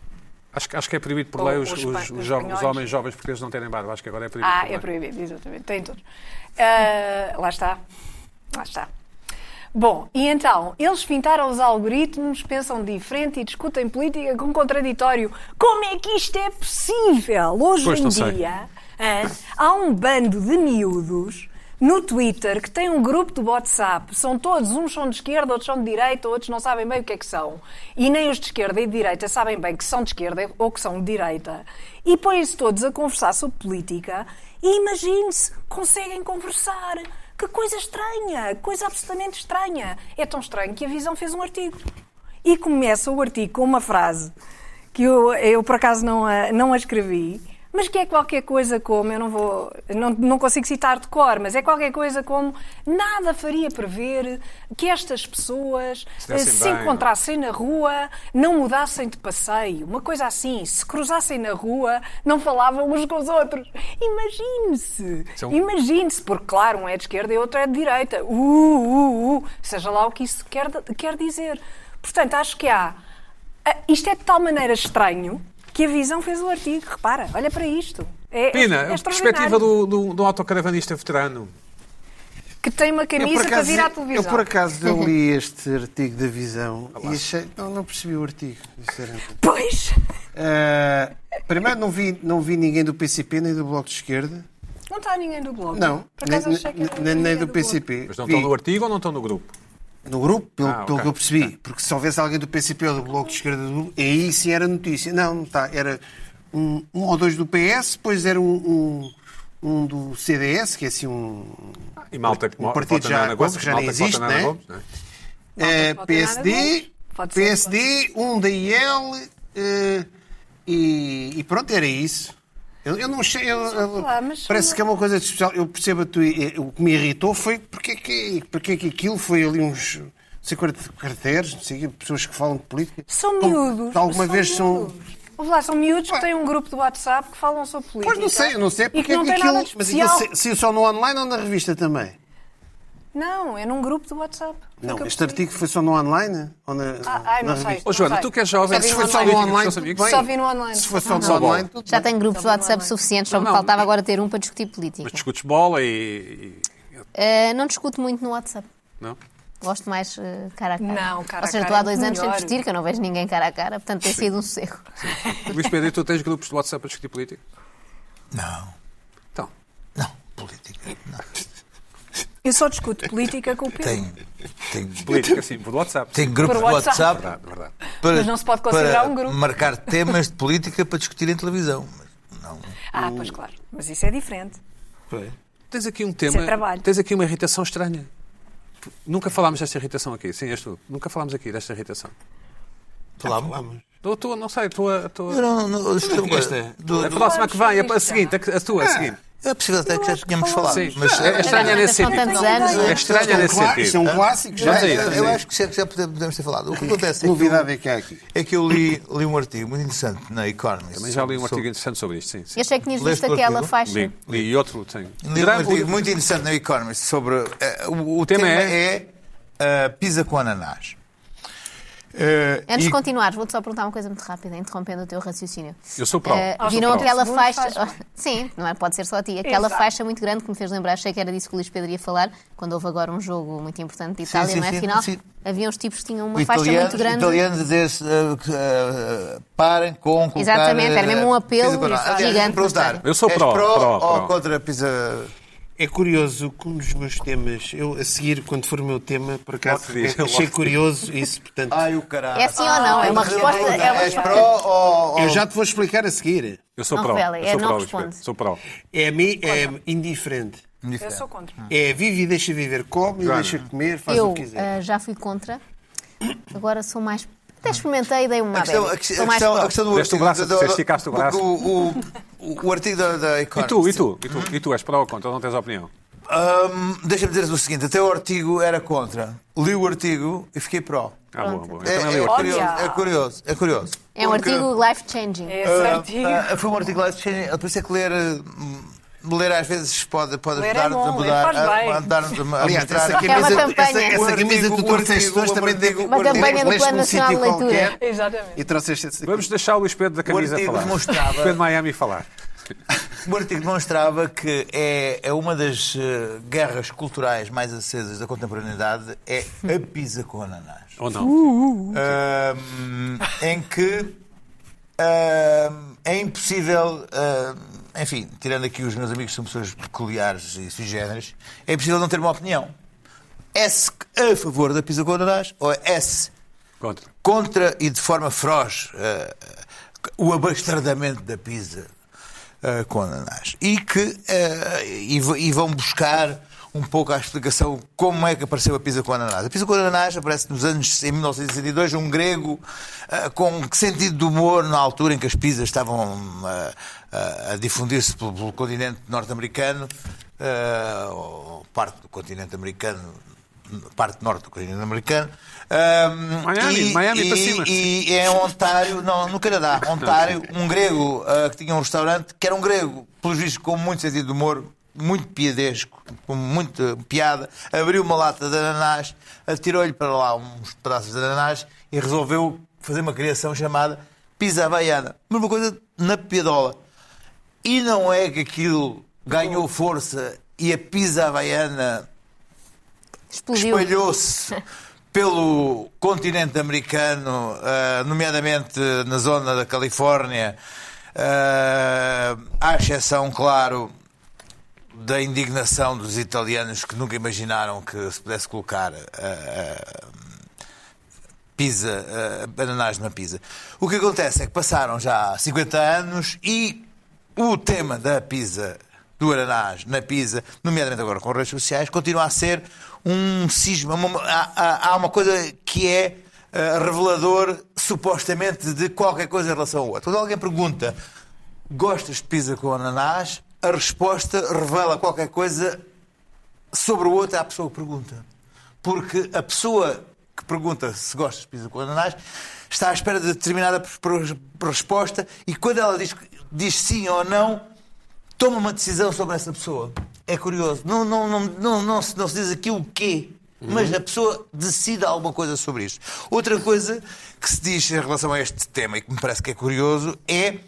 [SPEAKER 1] Acho, que- acho que é proibido por
[SPEAKER 3] Ou
[SPEAKER 1] lei os,
[SPEAKER 3] os
[SPEAKER 1] os,
[SPEAKER 3] espa-
[SPEAKER 1] os
[SPEAKER 3] os
[SPEAKER 1] jo- os
[SPEAKER 3] espanhóis.
[SPEAKER 1] homens jovens portugueses não terem barba. Acho que agora é proibido.
[SPEAKER 3] Ah,
[SPEAKER 1] por lei.
[SPEAKER 3] é proibido, exatamente, tem todos. Eh, lá está, lá está. Bom, e então, eles pintaram os algoritmos, pensam diferente e discutem política com contraditório. Como é que isto é possível? Hoje
[SPEAKER 1] Pois,
[SPEAKER 3] em
[SPEAKER 1] não sei.
[SPEAKER 3] dia, hã, há um bando de miúdos no Twitter que tem um grupo de WhatsApp. São todos, uns são de esquerda, outros são de direita, outros não sabem bem o que é que são. E nem os de esquerda e de direita sabem bem que são de esquerda ou que são de direita. E põem-se todos a conversar sobre política e imagine-se, conseguem conversar. Que coisa estranha, que coisa absolutamente estranha. É tão estranho que a Visão fez um artigo. E começa o artigo com uma frase que eu, eu por acaso não a, não a escrevi, mas que é qualquer coisa como, eu não vou, não, não consigo citar de cor, mas é qualquer coisa como nada faria prever que estas pessoas
[SPEAKER 1] Se
[SPEAKER 3] eh,
[SPEAKER 1] dessem
[SPEAKER 3] se
[SPEAKER 1] bem, não é?
[SPEAKER 3] encontrassem na rua, não mudassem de passeio, uma coisa assim, se cruzassem na rua, não falavam uns com os outros. Imagine-se!
[SPEAKER 2] é
[SPEAKER 1] São-
[SPEAKER 2] um
[SPEAKER 3] Imagine-se, porque claro, um é de esquerda e outro é de direita. Uh, uh, uh, seja lá o que isso quer, quer dizer. Portanto, acho que há. ah, Isto é de tal maneira estranho que a visão fez o artigo. Repara, olha para isto. É, é-
[SPEAKER 1] Pina,
[SPEAKER 3] é
[SPEAKER 1] a perspectiva
[SPEAKER 3] extraordinário.
[SPEAKER 1] do, do, do autocaravanista veterano.
[SPEAKER 3] que tem uma
[SPEAKER 2] Eu, por
[SPEAKER 3] camisa para
[SPEAKER 2] acaso,
[SPEAKER 3] vir à
[SPEAKER 2] Eu,
[SPEAKER 3] televisão.
[SPEAKER 2] por acaso, eu
[SPEAKER 3] *laughs*
[SPEAKER 2] li este artigo da Visão e achei... Não, não percebi o artigo, sinceramente.
[SPEAKER 3] Pois,
[SPEAKER 2] Ah, primeiro, não vi, não vi ninguém do PCP nem do Bloco de Esquerda.
[SPEAKER 3] não está ninguém do Bloco.
[SPEAKER 2] Não,
[SPEAKER 3] por
[SPEAKER 2] nem,
[SPEAKER 3] acaso achei que era
[SPEAKER 2] nem- nem
[SPEAKER 3] ninguém
[SPEAKER 2] do
[SPEAKER 3] Bloco.
[SPEAKER 2] PCP.
[SPEAKER 1] Mas não
[SPEAKER 2] Vi
[SPEAKER 1] estão no artigo ou não estão no grupo?
[SPEAKER 2] no grupo, pelo,
[SPEAKER 1] Ah,
[SPEAKER 2] pelo
[SPEAKER 1] ok.
[SPEAKER 2] que eu percebi. Porque se houvesse alguém do PCP ou do Bloco de Esquerda, do- aí sim era notícia. Não, não está. Era um, um ou dois do PS, depois era um, um, um do CDS, que é assim um...
[SPEAKER 1] E malta que
[SPEAKER 2] O
[SPEAKER 1] mo-
[SPEAKER 2] partido
[SPEAKER 1] vota
[SPEAKER 2] já-
[SPEAKER 1] na Ana Gomes,
[SPEAKER 2] Gomes já
[SPEAKER 1] malta
[SPEAKER 2] nem
[SPEAKER 1] que vota
[SPEAKER 2] existe,
[SPEAKER 1] na Ana
[SPEAKER 2] né?
[SPEAKER 1] Gomes, não é?
[SPEAKER 2] Eh,
[SPEAKER 3] pode ter nada
[SPEAKER 2] PSD,
[SPEAKER 3] a ver. Pode ser,
[SPEAKER 2] PSD, um da IEL eh, e, e pronto, era isso. Eu, eu não achei. eu- eu-
[SPEAKER 3] lá, mas-
[SPEAKER 2] parece que é uma coisa de especial. Eu percebo a tua, eh, o que me irritou foi porque é que, porque é que aquilo foi ali uns. não sei quantos caracteres, não sei, o quê, pessoas que falam de política.
[SPEAKER 3] São
[SPEAKER 2] Como-
[SPEAKER 3] miúdos.
[SPEAKER 2] de alguma
[SPEAKER 3] são
[SPEAKER 2] vez são.
[SPEAKER 3] miúdos. Ouve lá, são miúdos que
[SPEAKER 2] Ué.
[SPEAKER 3] têm um grupo do WhatsApp que falam sobre política.
[SPEAKER 2] Pois não sei, eu não sei
[SPEAKER 3] E
[SPEAKER 2] porque
[SPEAKER 3] que
[SPEAKER 2] é
[SPEAKER 3] não
[SPEAKER 2] que
[SPEAKER 3] tem nada
[SPEAKER 2] aquilo.
[SPEAKER 3] de
[SPEAKER 2] Mas aquilo
[SPEAKER 3] especial.
[SPEAKER 2] sa- saiu só no online ou na revista também?
[SPEAKER 3] Não, é num grupo do WhatsApp. Foi
[SPEAKER 2] Não,
[SPEAKER 3] que eu
[SPEAKER 2] este
[SPEAKER 3] percebi.
[SPEAKER 2] artigo foi só no online? Ou na,
[SPEAKER 3] Ah, ai,
[SPEAKER 2] na
[SPEAKER 3] não sei.
[SPEAKER 2] revista?
[SPEAKER 1] Ô, Joana,
[SPEAKER 3] Não sei.
[SPEAKER 1] tu que és jovem,
[SPEAKER 3] Só vi
[SPEAKER 2] Se
[SPEAKER 1] és
[SPEAKER 3] no
[SPEAKER 2] foi só
[SPEAKER 3] online.
[SPEAKER 2] no online,
[SPEAKER 1] Só vi
[SPEAKER 2] tudo bem.
[SPEAKER 3] Só vi no online.
[SPEAKER 2] Se for só
[SPEAKER 1] Só
[SPEAKER 2] no
[SPEAKER 1] bola.
[SPEAKER 2] online, tudo
[SPEAKER 4] *laughs* Já tem grupos de
[SPEAKER 3] Não, não,
[SPEAKER 4] WhatsApp
[SPEAKER 3] não.
[SPEAKER 4] suficientes, só
[SPEAKER 1] Então Não,
[SPEAKER 4] me
[SPEAKER 1] não.
[SPEAKER 4] faltava agora ter um para discutir política.
[SPEAKER 1] Mas discutes bola e... e-
[SPEAKER 4] Eh, não discuto muito no WhatsApp.
[SPEAKER 1] Não?
[SPEAKER 4] Gosto mais eh, cara a cara.
[SPEAKER 3] Não, cara a
[SPEAKER 4] Ou
[SPEAKER 3] cara
[SPEAKER 4] seja, estou há
[SPEAKER 3] é
[SPEAKER 4] dois
[SPEAKER 3] muito
[SPEAKER 4] anos sem
[SPEAKER 3] melhor.
[SPEAKER 4] discutir, que eu não vejo ninguém cara a cara, portanto tem sido um sossego.
[SPEAKER 1] Luís Pedro, e tu tens grupos de WhatsApp para discutir política?
[SPEAKER 5] Não,
[SPEAKER 1] Então,
[SPEAKER 5] não, política. Não.
[SPEAKER 3] Eu só discuto política com o Pedro.
[SPEAKER 5] Tem, tem,
[SPEAKER 1] política sim, por WhatsApp.
[SPEAKER 5] tem grupos
[SPEAKER 3] Por
[SPEAKER 5] de
[SPEAKER 3] WhatsApp.
[SPEAKER 5] WhatsApp
[SPEAKER 1] Verdade, é verdade.
[SPEAKER 5] para,
[SPEAKER 3] Mas não se pode considerar
[SPEAKER 5] para
[SPEAKER 3] um grupo.
[SPEAKER 5] marcar temas de política para discutir em televisão. Mas não.
[SPEAKER 3] Ah,
[SPEAKER 2] um
[SPEAKER 3] pois claro. Mas isso é diferente.
[SPEAKER 1] Tens aqui um tema.
[SPEAKER 3] Isso é trabalho.
[SPEAKER 1] Tens aqui uma irritação estranha. Nunca falámos desta irritação aqui. Sim, és tu. Nunca falámos aqui desta irritação.
[SPEAKER 5] Falámos.
[SPEAKER 1] Estou, estou- não sei, estou a. Estou
[SPEAKER 5] Eu
[SPEAKER 1] a...
[SPEAKER 5] não, não, estou
[SPEAKER 1] é
[SPEAKER 5] do,
[SPEAKER 1] A próxima que vem, a, a
[SPEAKER 3] Vamos
[SPEAKER 1] seguinte, a, a tua,
[SPEAKER 2] Ah,
[SPEAKER 1] a seguinte.
[SPEAKER 5] É possível até que já tínhamos falado.
[SPEAKER 1] Sim,
[SPEAKER 5] Mas
[SPEAKER 1] é, é estranha nesse
[SPEAKER 4] São
[SPEAKER 1] sentido.
[SPEAKER 4] tantos anos,
[SPEAKER 1] É
[SPEAKER 4] é?
[SPEAKER 2] Isto é
[SPEAKER 1] estranha
[SPEAKER 2] um
[SPEAKER 1] nesse
[SPEAKER 2] clá- Isto é
[SPEAKER 1] sentido.
[SPEAKER 2] um clássico.
[SPEAKER 1] Vamos
[SPEAKER 2] Já,
[SPEAKER 1] a
[SPEAKER 5] eu,
[SPEAKER 1] isso,
[SPEAKER 2] já-
[SPEAKER 1] vamos
[SPEAKER 5] eu
[SPEAKER 1] a
[SPEAKER 2] já-
[SPEAKER 1] isso.
[SPEAKER 5] acho que já- já podemos ter falado. O que acontece é que,
[SPEAKER 2] Novidade é que há aqui.
[SPEAKER 5] é que eu li, li um artigo muito interessante na Economist.
[SPEAKER 1] Também já li um
[SPEAKER 5] sobre-
[SPEAKER 1] artigo interessante sobre isto, sim. sim.
[SPEAKER 4] Eu achei que tinhas
[SPEAKER 5] Leste
[SPEAKER 4] visto aquela
[SPEAKER 5] aquilo?
[SPEAKER 4] faixa.
[SPEAKER 1] Li, li e outro tenho.
[SPEAKER 5] Li um artigo muito interessante na Economist sobre. eh, o, o
[SPEAKER 1] tema
[SPEAKER 5] tema,
[SPEAKER 1] é-
[SPEAKER 5] é, eh, pizza com ananás. Eh,
[SPEAKER 3] É
[SPEAKER 4] Antes
[SPEAKER 5] e-
[SPEAKER 4] de continuares, vou-te só perguntar uma coisa muito rápida, interrompendo o teu raciocínio.
[SPEAKER 1] Eu sou pró.
[SPEAKER 4] Eh,
[SPEAKER 1] Eu sou
[SPEAKER 4] viram
[SPEAKER 1] pró.
[SPEAKER 4] aquela
[SPEAKER 3] Segundo
[SPEAKER 4] faixa.
[SPEAKER 3] faz
[SPEAKER 4] *laughs* Sim, não é? Pode ser só a ti. Aquela
[SPEAKER 3] Exato.
[SPEAKER 4] faixa muito grande que me fez lembrar, achei que era disso que o Luís Pedro ia falar, quando houve agora um jogo muito importante de
[SPEAKER 5] Sim,
[SPEAKER 4] Itália,
[SPEAKER 5] sim,
[SPEAKER 4] não é?
[SPEAKER 5] sim,
[SPEAKER 4] Afinal,
[SPEAKER 5] sim.
[SPEAKER 4] havia uns tipos que tinham uma
[SPEAKER 5] o
[SPEAKER 4] faixa
[SPEAKER 5] italiano-
[SPEAKER 4] muito grande.
[SPEAKER 5] Os italianos dizem-se eh, que, eh, parem com colocar...
[SPEAKER 4] Exatamente, era mesmo um apelo
[SPEAKER 5] pizza com ananás. Aliás,
[SPEAKER 4] gigante.
[SPEAKER 5] perguntar,
[SPEAKER 1] Eu sou
[SPEAKER 5] és
[SPEAKER 1] pró, pró,
[SPEAKER 5] ou
[SPEAKER 1] pró.
[SPEAKER 5] contra a pizza...
[SPEAKER 2] É curioso como os meus temas, eu a seguir, quando for o meu tema, por acaso, é
[SPEAKER 1] Logo se diz,
[SPEAKER 2] achei
[SPEAKER 1] logo.
[SPEAKER 2] curioso isso, portanto.
[SPEAKER 5] Ai, o caralho.
[SPEAKER 4] É sim ou não?
[SPEAKER 5] Ah,
[SPEAKER 4] É uma resposta. É uma
[SPEAKER 5] És
[SPEAKER 4] resposta.
[SPEAKER 5] pró ou...
[SPEAKER 2] Eu
[SPEAKER 5] ou-
[SPEAKER 2] já te vou explicar a seguir.
[SPEAKER 1] Eu sou
[SPEAKER 4] Não,
[SPEAKER 1] pró.
[SPEAKER 4] Rafael,
[SPEAKER 1] Eu
[SPEAKER 4] é
[SPEAKER 1] sou
[SPEAKER 4] não
[SPEAKER 1] pró, Luís Pedro.
[SPEAKER 4] responde.
[SPEAKER 1] Sou pró.
[SPEAKER 2] É a mim, é indiferente.
[SPEAKER 3] Eu sou contra.
[SPEAKER 5] Hum.
[SPEAKER 2] É vive e deixa viver, come e
[SPEAKER 1] Joana.
[SPEAKER 2] deixa comer, faz
[SPEAKER 4] Eu
[SPEAKER 2] o que quiser.
[SPEAKER 4] ah, já fui contra, agora sou mais. Até experimentei e dei uma
[SPEAKER 5] A questão, a
[SPEAKER 4] abelha.
[SPEAKER 5] questão-
[SPEAKER 4] Sou
[SPEAKER 5] a
[SPEAKER 4] mais
[SPEAKER 5] questão-
[SPEAKER 4] pró.
[SPEAKER 5] a questão do
[SPEAKER 1] Deste o braço,
[SPEAKER 5] da- da-
[SPEAKER 1] esticaste o braço.
[SPEAKER 5] O, o- o artigo da, da
[SPEAKER 1] E
[SPEAKER 5] Economist.
[SPEAKER 1] tu, e tu, e tu, e tu és pró ou contra? Não tens opinião?
[SPEAKER 5] Ahm, Deixa-me dizer o seguinte: até o artigo era contra. Li o artigo e fiquei pró.
[SPEAKER 1] Ah, boa, boa.
[SPEAKER 5] É,
[SPEAKER 1] Eu também li
[SPEAKER 5] é
[SPEAKER 1] o artigo.
[SPEAKER 5] curioso, é curioso, é curioso.
[SPEAKER 4] É um
[SPEAKER 5] Porque,
[SPEAKER 4] artigo life-changing.
[SPEAKER 3] É esse
[SPEAKER 5] ah,
[SPEAKER 3] artigo.
[SPEAKER 5] ah, foi um artigo lá, por isso é que ler. hum, Ler às vezes pode, pode
[SPEAKER 3] Ler é
[SPEAKER 5] ajudar-nos a
[SPEAKER 3] bom, ler
[SPEAKER 5] mudar.
[SPEAKER 3] faz bem.
[SPEAKER 5] a- a ajudar-nos a, a
[SPEAKER 2] Aliás,
[SPEAKER 5] mostrar.
[SPEAKER 2] essa
[SPEAKER 4] que é uma
[SPEAKER 2] camisa, essa,
[SPEAKER 4] campanha.
[SPEAKER 2] essa camisa que
[SPEAKER 5] O
[SPEAKER 2] tu
[SPEAKER 5] artigo,
[SPEAKER 2] trouxeste
[SPEAKER 5] o
[SPEAKER 2] hoje também
[SPEAKER 5] artigo,
[SPEAKER 2] deu
[SPEAKER 5] o artigo.
[SPEAKER 4] Uma campanha do
[SPEAKER 2] leste
[SPEAKER 4] Plano
[SPEAKER 2] num
[SPEAKER 4] Nacional
[SPEAKER 2] sítio
[SPEAKER 4] de Leitura.
[SPEAKER 2] qualquer
[SPEAKER 3] Exatamente.
[SPEAKER 2] E trouxeste essa
[SPEAKER 1] Vamos deixar o Luís Pedro da camisa
[SPEAKER 5] eh, artigo
[SPEAKER 1] falar.
[SPEAKER 5] mostrava-
[SPEAKER 1] Pedro Miami falar.
[SPEAKER 5] O artigo demonstrava que é, é uma das eh, guerras culturais mais acesas da contemporaneidade é a pizza com ananás.
[SPEAKER 1] Ou não?
[SPEAKER 5] Uh! Ahm, em que ahm, é impossível, ahm, enfim, tirando aqui os meus amigos que são pessoas peculiares e sui generis, é impossível não ter uma opinião. É-se a favor da pizza com ananás ou é-se
[SPEAKER 1] Contra.
[SPEAKER 5] contra e de forma feroz eh, o abastardamento da pizza eh, com ananás. E que eh, e, v- e vão buscar um pouco a explicação como é que apareceu a pizza com ananás. A pizza com ananás aparece nos anos em 1962, um grego eh, com que sentido de humor na altura em que as pizzas estavam eh, a- a difundir-se pelo, pelo continente norte-americano, eh, ou parte do continente americano, parte norte do continente americano. ahm,
[SPEAKER 1] Miami, Miami para cima.
[SPEAKER 5] e em Ontário, não, no Canadá, Ontário, um grego ah, que tinha um restaurante que era um grego, pelos vistos com muito sentido de humor, muito piadesco, com muita piada, abriu uma lata de ananás, atirou-lhe para lá uns pedaços de ananás e resolveu fazer uma criação chamada pizza havaiana. Mesma coisa na piadola. E não é que aquilo ganhou força e a pizza havaiana
[SPEAKER 4] Explodiu.
[SPEAKER 5] espalhou-se pelo continente americano, ah, nomeadamente na zona da Califórnia, ah, à exceção, claro, da indignação dos italianos que nunca imaginaram que se pudesse colocar eh, ah, ah, pizza, eh, ananás na pizza. O que acontece é que passaram já 50 anos e o tema da pizza, do ananás na pizza, nomeadamente agora com redes sociais, continua a ser um cisma. uma- há, há- há uma coisa que é eh, revelador, supostamente, de qualquer coisa em relação ao outro. Quando alguém pergunta gostas de pizza com ananás, a resposta revela qualquer coisa sobre o outro à pessoa que pergunta. Porque a pessoa que pergunta se gostas de pizza com ananás está à espera de determinada pr- pr- resposta e quando ela diz, diz sim ou não, toma uma decisão sobre essa pessoa. É curioso. Não, não, não, não, não, se, não se diz aqui o quê, mas a pessoa decide alguma coisa sobre isto. Outra coisa que se diz em relação a este tema e que me parece que é curioso é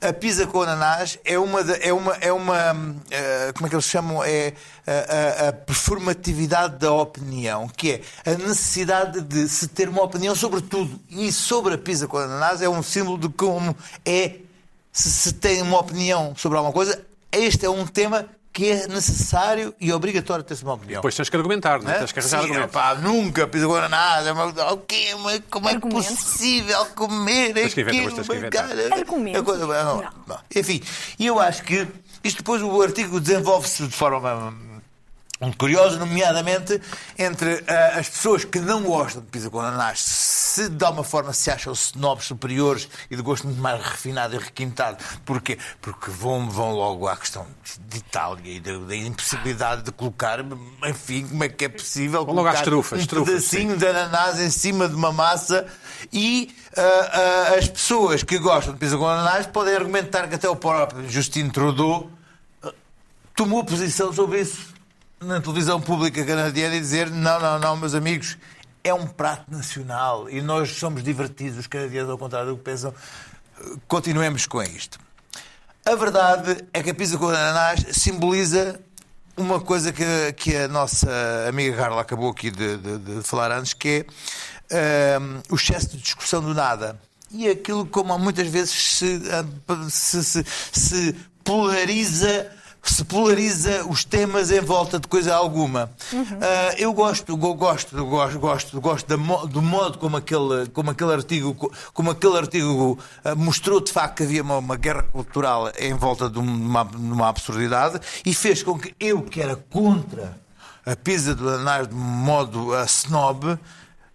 [SPEAKER 5] a pizza com ananás é uma, da- é uma, é uma hum, eh, como é que eles chamam? É a, a- a performatividade da opinião, que é a necessidade de se ter uma opinião sobre tudo. E sobre a pizza com ananás é um símbolo de como é se, se tem uma opinião sobre alguma coisa, este é um tema que é necessário e obrigatório ter-se uma opinião.
[SPEAKER 1] Depois tens que argumentar, não é?
[SPEAKER 5] Hã?
[SPEAKER 1] Tens que arranjar
[SPEAKER 5] Eh? Sim,
[SPEAKER 1] argumentos.
[SPEAKER 5] opá, nunca fiz agora nada. é mas, ok, mas como é que é
[SPEAKER 3] Argumentos.
[SPEAKER 5] possível comer
[SPEAKER 1] Tens que inventar,
[SPEAKER 5] aquilo?
[SPEAKER 1] tens que
[SPEAKER 5] mas,
[SPEAKER 1] inventar.
[SPEAKER 5] cara,
[SPEAKER 3] Argumentos,
[SPEAKER 5] a coisa- não,
[SPEAKER 3] não.
[SPEAKER 5] não. Enfim, e eu acho que isto depois o artigo desenvolve-se de forma hum, muito curiosa, nomeadamente entre ah, as pessoas que não gostam de pizza com ananás, se de alguma forma se acham snobs superiores e de gosto muito mais refinado e requintado. Porquê? Porque vão, vão logo à questão de Itália e da, da impossibilidade de colocar, enfim, como é que é possível
[SPEAKER 1] Vão logo às
[SPEAKER 5] colocar
[SPEAKER 1] trufas,
[SPEAKER 5] um
[SPEAKER 1] trufas,
[SPEAKER 5] pedacinho de ananás em cima de uma massa e ah, ah, as pessoas que gostam de pizza com ananás podem argumentar que até o próprio Justino Trudeau tomou posição sobre isso na televisão pública canadiana e dizer não, não, não, meus amigos, é um prato nacional e nós somos divertidos, os canadianos, ao contrário do que pensam, continuemos com isto. A verdade é que a pizza com ananás simboliza uma coisa que, que a nossa amiga Carla acabou aqui de, de- de falar antes, que é hum, o excesso de discussão do nada. E aquilo como muitas vezes se, hum, se- se- se polariza se polariza os temas em volta de coisa alguma. Ah, eu gosto, go- gosto, gosto, gosto, gosto da mo- do modo como aquele, como aquele artigo, co- como aquele artigo ah, mostrou de facto que havia uma, uma guerra cultural em volta de uma, de uma absurdidade e fez com que eu que era contra a pizza do ananás de modo ah, snob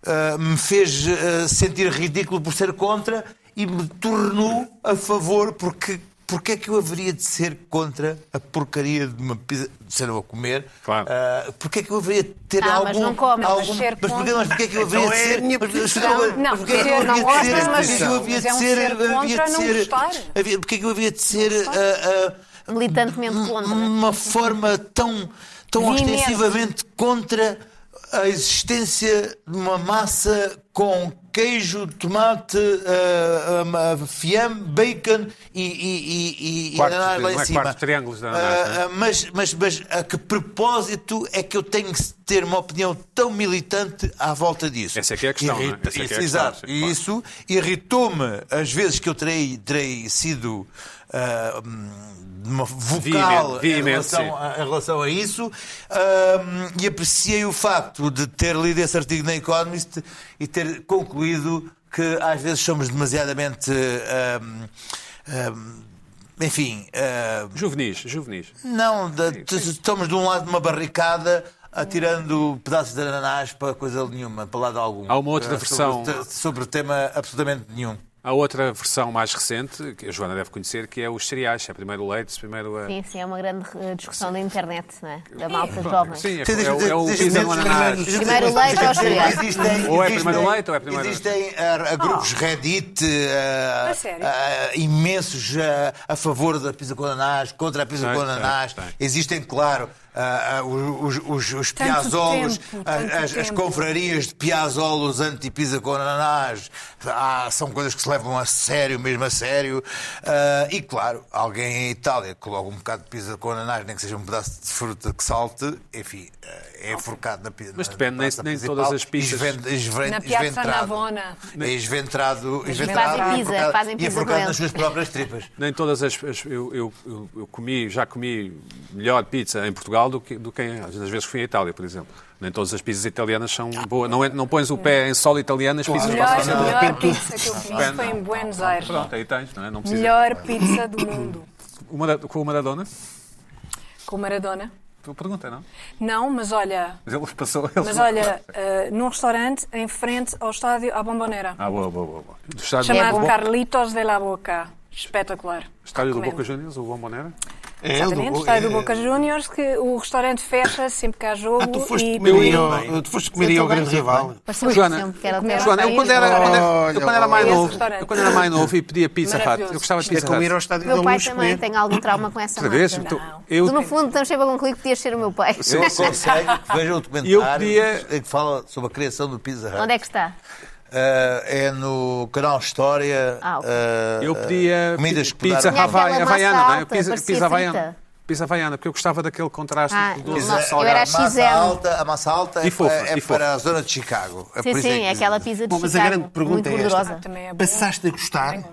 [SPEAKER 5] ah, me fez ah, sentir ridículo por ser contra e me tornou a favor porque porque é que eu haveria de ser contra a porcaria de uma pizza de ser eu a comer?
[SPEAKER 1] Claro.
[SPEAKER 5] Ah, porque é que eu haveria de ter
[SPEAKER 4] Ah,
[SPEAKER 5] algum...
[SPEAKER 4] mas não comes,
[SPEAKER 5] algum-
[SPEAKER 6] Tá, mas ser
[SPEAKER 5] mas porquê,
[SPEAKER 6] contra-
[SPEAKER 5] mas porquê é que eu haveria
[SPEAKER 2] Então
[SPEAKER 5] de
[SPEAKER 2] é
[SPEAKER 5] ser...
[SPEAKER 2] a minha
[SPEAKER 5] mas- mas-
[SPEAKER 2] posição.
[SPEAKER 6] Não,
[SPEAKER 5] porquê é que eu
[SPEAKER 6] dizer não
[SPEAKER 5] haveria de ser-
[SPEAKER 6] gostas, mas
[SPEAKER 5] porquê é que eu havia de
[SPEAKER 6] é um
[SPEAKER 5] ser-
[SPEAKER 6] ser
[SPEAKER 5] havia
[SPEAKER 6] contra
[SPEAKER 5] de
[SPEAKER 6] não
[SPEAKER 5] ser-
[SPEAKER 6] gostar.
[SPEAKER 5] havia- Porquê é que eu havia de ser... ah, ah,
[SPEAKER 4] Militantemente contra.
[SPEAKER 5] uma forma tão, tão
[SPEAKER 6] Veemente.
[SPEAKER 5] ostensivamente contra a existência de uma massa com queijo, tomate, ah, ah, ah, fiame, bacon e, e, e, e
[SPEAKER 1] Quartos
[SPEAKER 5] ananás
[SPEAKER 1] de-
[SPEAKER 5] lá
[SPEAKER 1] não
[SPEAKER 5] em
[SPEAKER 1] é
[SPEAKER 5] cima.
[SPEAKER 1] quartos, triângulos de ananás,
[SPEAKER 5] Ah,
[SPEAKER 1] não é?
[SPEAKER 5] ah, mas, mas, mas a que propósito é que eu tenho que ter uma opinião tão militante à volta disso?
[SPEAKER 1] Essa é que é a questão, não é?
[SPEAKER 5] Irrita-
[SPEAKER 1] Essa é que é a
[SPEAKER 5] isso,
[SPEAKER 1] questão,
[SPEAKER 5] exato.
[SPEAKER 1] sim, claro.
[SPEAKER 5] E isso irritou-me às vezes que eu terei, terei sido ah, hum, de uma vocal
[SPEAKER 1] Veemente,
[SPEAKER 5] em
[SPEAKER 1] sim.
[SPEAKER 5] relação, a, em relação a isso Ahm, e apreciei o facto de ter lido esse artigo na Economist e ter concluído que às vezes somos demasiadamente. ahm, ahm, enfim, ahm,
[SPEAKER 1] Juvenis, juvenis.
[SPEAKER 5] não, da- t- estamos de um lado de uma barricada atirando pedaços de ananás para coisa nenhuma, para lado algum.
[SPEAKER 1] Há uma outra
[SPEAKER 5] Eh,
[SPEAKER 1] versão.
[SPEAKER 5] Sobre, te- sobre tema absolutamente nenhum.
[SPEAKER 1] Há outra versão mais recente, que a Joana deve conhecer, que é os cereais. É primeiro o leite, primeiro a...
[SPEAKER 4] Sim, sim, é uma grande eh, discussão da internet, não é? Da malta jovem.
[SPEAKER 1] Sim, é, é, o- é o
[SPEAKER 5] Deixa-me
[SPEAKER 1] pizza
[SPEAKER 5] dizer-
[SPEAKER 1] no ananás.
[SPEAKER 5] deixa-me dizer-
[SPEAKER 4] Primeiro
[SPEAKER 5] deixa-me
[SPEAKER 4] leite ou
[SPEAKER 5] dizer-
[SPEAKER 4] cereais?
[SPEAKER 5] existem-
[SPEAKER 1] Ou é
[SPEAKER 5] existem-
[SPEAKER 1] primeiro leite ou é primeiro leite?
[SPEAKER 5] Existem ah, ah, grupos Reddit ah,
[SPEAKER 3] A sério?
[SPEAKER 5] ah, imensos ah, a favor eh, da pizza com ananás, contra a pizza
[SPEAKER 1] Tem,
[SPEAKER 5] com
[SPEAKER 1] tem,
[SPEAKER 5] ananás.
[SPEAKER 1] tem.
[SPEAKER 5] Existem, claro, ah, ah, os, os, os
[SPEAKER 3] Tanto
[SPEAKER 5] piazzolos,
[SPEAKER 3] tempo,
[SPEAKER 5] as-
[SPEAKER 3] tanto
[SPEAKER 5] as, as
[SPEAKER 3] tempo.
[SPEAKER 5] confrarias de piazzolos anti-pizza com ananás, Ah, são coisas que se levam a sério, mesmo a sério. Ah, e claro, alguém em Itália que coloca um bocado de pizza com ananás, nem que seja um pedaço de fruta que salte, enfim, ah, é forcado na pizza.
[SPEAKER 1] Mas depende, nem- nem todas as pizzas.
[SPEAKER 2] é
[SPEAKER 3] Na Piazza Navona.
[SPEAKER 5] Esventrado, esventrado
[SPEAKER 4] fazem pizza,
[SPEAKER 5] e enforcado-
[SPEAKER 4] fazem
[SPEAKER 5] e
[SPEAKER 4] pizza com
[SPEAKER 5] enforcado nas
[SPEAKER 4] eles.
[SPEAKER 5] suas próprias tripas.
[SPEAKER 1] Nem todas as. as- eu, eu- eu- eu comi, já comi melhor pizza em Portugal do que, do que em- às vezes fui à Itália, por exemplo. Nem todas as pizzas italianas são boas. Não, é- não pões o pé em solo italiano, as pizzas
[SPEAKER 3] Melhor,
[SPEAKER 1] passam.
[SPEAKER 2] não.
[SPEAKER 3] melhor pizza que eu comi foi em Buenos Aires.
[SPEAKER 1] Pronto, aí tens, não é? Não precisa.
[SPEAKER 3] Melhor pizza do mundo.
[SPEAKER 1] Uma da- com o Maradona?
[SPEAKER 3] Com Maradona?
[SPEAKER 1] Tu pergunta, não?
[SPEAKER 3] Não, mas olha,
[SPEAKER 1] Mas ele passou. Ele...
[SPEAKER 3] mas olha, eh, num restaurante em frente ao estádio à Bombonera,
[SPEAKER 1] Ah, boa, boa, boa. boa. Do estádio,
[SPEAKER 3] chamado
[SPEAKER 1] do Bo...
[SPEAKER 3] Carlitos de la Boca. Espetacular.
[SPEAKER 1] estádio do
[SPEAKER 3] Recomendo.
[SPEAKER 1] Boca Juniors, o Bombonera?
[SPEAKER 2] É,
[SPEAKER 3] Exatamente,
[SPEAKER 2] do-
[SPEAKER 3] estádio
[SPEAKER 2] é-
[SPEAKER 3] do Boca Juniors, que o restaurante fecha sempre que há jogo.
[SPEAKER 2] Ah, tu foste
[SPEAKER 3] e
[SPEAKER 2] comer aí
[SPEAKER 3] eu,
[SPEAKER 2] ao- tu foste comer aí ao é grande rival.
[SPEAKER 4] Pareceu-me
[SPEAKER 1] Joana,
[SPEAKER 4] sempre que era até
[SPEAKER 3] comemos-
[SPEAKER 1] Joana, eu quando era, quando era- eu
[SPEAKER 2] Olha,
[SPEAKER 1] quando era mais
[SPEAKER 3] olha.
[SPEAKER 1] novo,
[SPEAKER 3] Esse restaurante.
[SPEAKER 1] eu quando era mais novo e pedia pizza hut,
[SPEAKER 3] Maravilhoso.
[SPEAKER 1] eu gostava de
[SPEAKER 2] É
[SPEAKER 1] pizza
[SPEAKER 2] como ir
[SPEAKER 1] hut.
[SPEAKER 2] ao estádio
[SPEAKER 4] Meu
[SPEAKER 2] da
[SPEAKER 4] pai
[SPEAKER 2] Luz
[SPEAKER 4] também
[SPEAKER 2] comer.
[SPEAKER 4] tem algum trauma com essa
[SPEAKER 1] Outra vez,
[SPEAKER 4] marca.
[SPEAKER 1] então,
[SPEAKER 3] Não.
[SPEAKER 1] eu,
[SPEAKER 4] Tu, no fundo, estamos sempre a concluir que podias ser o meu pai.
[SPEAKER 5] Eu aconselho que vejam o
[SPEAKER 1] Eu
[SPEAKER 5] documentário
[SPEAKER 1] podia-
[SPEAKER 5] que fala sobre a criação do Pizza Hut.
[SPEAKER 4] Onde é que está?
[SPEAKER 5] Ah, é no canal História.
[SPEAKER 4] Ah, ok.
[SPEAKER 5] ah,
[SPEAKER 1] eu pedia
[SPEAKER 5] comidas que
[SPEAKER 1] pizza
[SPEAKER 5] mudaram.
[SPEAKER 4] Havana.
[SPEAKER 1] havai-
[SPEAKER 4] Tinha aquela
[SPEAKER 1] havaiana,
[SPEAKER 4] massa
[SPEAKER 1] não é?
[SPEAKER 4] alta,
[SPEAKER 1] Pizza,
[SPEAKER 4] parecia
[SPEAKER 1] pizza havaiana.
[SPEAKER 4] frita.
[SPEAKER 1] Pizza havaiana, porque eu gostava dadaquele contraste
[SPEAKER 4] Ah,
[SPEAKER 1] do
[SPEAKER 4] eu
[SPEAKER 1] doce
[SPEAKER 4] não-
[SPEAKER 1] e
[SPEAKER 4] eu
[SPEAKER 1] salgado.
[SPEAKER 4] era
[SPEAKER 5] a massa
[SPEAKER 4] XL.
[SPEAKER 5] alta, a massa alta
[SPEAKER 1] E fofa,
[SPEAKER 5] é, é
[SPEAKER 1] e fofa.
[SPEAKER 5] para a zona de Chicago. É por
[SPEAKER 4] Sim,
[SPEAKER 5] isso
[SPEAKER 4] sim,
[SPEAKER 5] que-
[SPEAKER 4] é aquela pizza de
[SPEAKER 2] Bom, mas a
[SPEAKER 4] Chicago,
[SPEAKER 2] grande pergunta
[SPEAKER 4] muito
[SPEAKER 2] é esta.
[SPEAKER 4] gordurosa.
[SPEAKER 3] também é bom.
[SPEAKER 2] Passaste a gostar?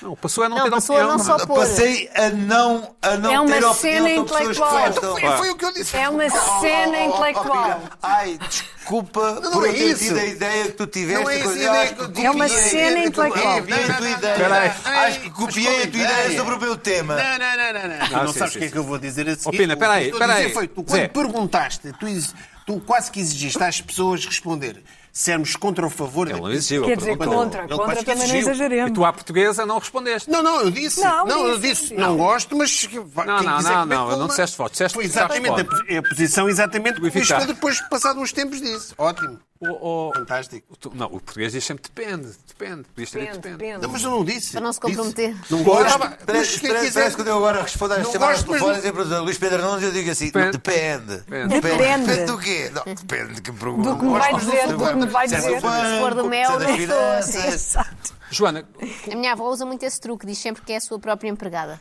[SPEAKER 1] Não, passou a não,
[SPEAKER 4] Não,
[SPEAKER 1] ter
[SPEAKER 4] passou a
[SPEAKER 1] opinião.
[SPEAKER 4] não só pôr.
[SPEAKER 5] Passei a não, a não
[SPEAKER 3] É uma
[SPEAKER 5] ter opinião
[SPEAKER 3] cena
[SPEAKER 5] sobre pessoas que
[SPEAKER 3] intelectual.
[SPEAKER 5] gostam.
[SPEAKER 1] Claro.
[SPEAKER 5] Foi o que eu disse.
[SPEAKER 3] É uma cena intelectual.
[SPEAKER 5] Pina, Ai, desculpa
[SPEAKER 2] não
[SPEAKER 5] por eu
[SPEAKER 2] é
[SPEAKER 5] ter
[SPEAKER 2] isso.
[SPEAKER 5] tido a ideia que tu tiveste.
[SPEAKER 2] Não é isso,
[SPEAKER 5] coisa-
[SPEAKER 2] a ideia
[SPEAKER 5] acho
[SPEAKER 2] que eu
[SPEAKER 5] copiei-
[SPEAKER 3] É uma cena
[SPEAKER 5] eu
[SPEAKER 3] intelectual.
[SPEAKER 5] copiei a tua ideia.
[SPEAKER 1] Espera aí.
[SPEAKER 5] Acho que copiei a tua ideia sobre o meu tema.
[SPEAKER 2] é Não, não, não, não. não. Tu
[SPEAKER 1] Ah,
[SPEAKER 2] não
[SPEAKER 1] sim,
[SPEAKER 2] sabes
[SPEAKER 1] sim,
[SPEAKER 2] o que é
[SPEAKER 1] sim.
[SPEAKER 2] que eu vou dizer a seguir.
[SPEAKER 1] Pina,
[SPEAKER 2] O que eu
[SPEAKER 1] peraí,
[SPEAKER 2] estou a
[SPEAKER 1] peraí.
[SPEAKER 2] dizer Foi, tu
[SPEAKER 1] Zé.
[SPEAKER 2] quando perguntaste, tu, ex- tu quase que exigiste às pessoas responder se éramos contra ou a favor
[SPEAKER 1] Ele não
[SPEAKER 2] da-
[SPEAKER 1] exigiu.
[SPEAKER 3] Quer dizer,
[SPEAKER 1] pergunta.
[SPEAKER 3] contra,
[SPEAKER 2] Ele
[SPEAKER 3] contra
[SPEAKER 2] quase que
[SPEAKER 3] também não
[SPEAKER 2] exigiu.
[SPEAKER 1] E
[SPEAKER 3] exageremos.
[SPEAKER 1] tu à portuguesa não respondeste.
[SPEAKER 2] Não, não, eu disse.
[SPEAKER 3] Não,
[SPEAKER 2] Não, eu
[SPEAKER 3] disse,
[SPEAKER 2] disse.
[SPEAKER 3] não.
[SPEAKER 2] Não gosto, mas.
[SPEAKER 1] não, não, não, eu não disseste voto, disseste
[SPEAKER 2] Foi
[SPEAKER 1] que estás
[SPEAKER 2] exatamente
[SPEAKER 1] fora.
[SPEAKER 2] a, a posição exatamente que o Luís
[SPEAKER 1] eficaz.
[SPEAKER 2] Pedro depois, passado uns tempos, disse. Ótimo.
[SPEAKER 1] O- o-
[SPEAKER 2] Fantástico.
[SPEAKER 1] tu- não, o português diz sempre depende, depende. Podias ter dito
[SPEAKER 3] Depende,
[SPEAKER 1] depende.
[SPEAKER 3] depende.
[SPEAKER 2] Não, mas eu não disse.
[SPEAKER 4] Para não se
[SPEAKER 2] Disse.
[SPEAKER 4] comprometer.
[SPEAKER 2] Não
[SPEAKER 5] Parece-
[SPEAKER 2] gosto. mas
[SPEAKER 5] Parece
[SPEAKER 2] quem quiser-
[SPEAKER 5] parece que quando eu agora respondo às
[SPEAKER 2] Não
[SPEAKER 5] chamadas
[SPEAKER 2] gosto,
[SPEAKER 5] de
[SPEAKER 2] mas
[SPEAKER 5] telefone,
[SPEAKER 2] não-
[SPEAKER 5] sempre dizer, Luís Pedro Nunes, eu digo assim,
[SPEAKER 1] Depende.
[SPEAKER 5] depende.
[SPEAKER 1] Depende.
[SPEAKER 3] Depende.
[SPEAKER 5] do quê? Não, depende de que pergunta.
[SPEAKER 3] Do que me vai dizer, do que me vai
[SPEAKER 5] Se é do
[SPEAKER 3] dizer.
[SPEAKER 5] banco,
[SPEAKER 4] Se for do
[SPEAKER 5] se é
[SPEAKER 4] mel,
[SPEAKER 5] da
[SPEAKER 4] não assim.
[SPEAKER 5] finanças.
[SPEAKER 3] Exato.
[SPEAKER 1] Joana,
[SPEAKER 4] A minha avó usa muito esse truque, diz sempre que é a sua própria empregada.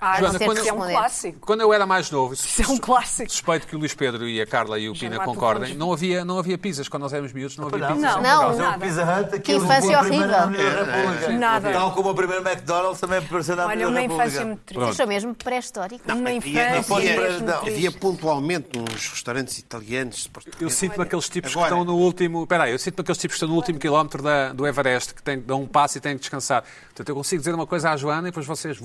[SPEAKER 3] Ah,
[SPEAKER 1] Joana,
[SPEAKER 3] isso é-
[SPEAKER 1] quando-
[SPEAKER 3] isso é um clássico.
[SPEAKER 1] quando eu era mais novo,
[SPEAKER 3] Isso é um clássico.
[SPEAKER 1] suspeito que o Luís Pedro e a Carla e o Pina
[SPEAKER 3] lá
[SPEAKER 1] concordem,
[SPEAKER 3] profundo.
[SPEAKER 1] não havia, não havia pizzas quando nós éramos miúdos, Ah, não havia pizzas.
[SPEAKER 3] Não,
[SPEAKER 4] Não,
[SPEAKER 3] não, nada.
[SPEAKER 5] um Pizza Hut,
[SPEAKER 4] Que
[SPEAKER 5] aquilo
[SPEAKER 4] infância
[SPEAKER 5] foi o primeiro na
[SPEAKER 4] horrível.
[SPEAKER 5] Avenida da República.
[SPEAKER 3] Nada.
[SPEAKER 5] Tal como o primeiro McDonald's também apareceu na
[SPEAKER 3] Olha,
[SPEAKER 5] Avenida
[SPEAKER 3] uma
[SPEAKER 5] da
[SPEAKER 3] infância
[SPEAKER 5] República.
[SPEAKER 3] muito
[SPEAKER 1] Pronto.
[SPEAKER 3] triste.
[SPEAKER 4] Isso é mesmo pré-histórico.
[SPEAKER 3] Uma
[SPEAKER 2] não
[SPEAKER 3] infância
[SPEAKER 2] pode-
[SPEAKER 3] mesmo
[SPEAKER 5] não,
[SPEAKER 3] triste.
[SPEAKER 2] Havia pontualmente uns restaurantes italianos.
[SPEAKER 1] Eu sinto-me aqueles tipos
[SPEAKER 2] Agora-
[SPEAKER 1] que estão no último. Espera aí, eu sinto-me aqueles tipos que estão no último quilómetro da, do Everest, que têm, dão um passo e têm que descansar. Portanto, eu consigo dizer uma coisa à Joana e depois vocês.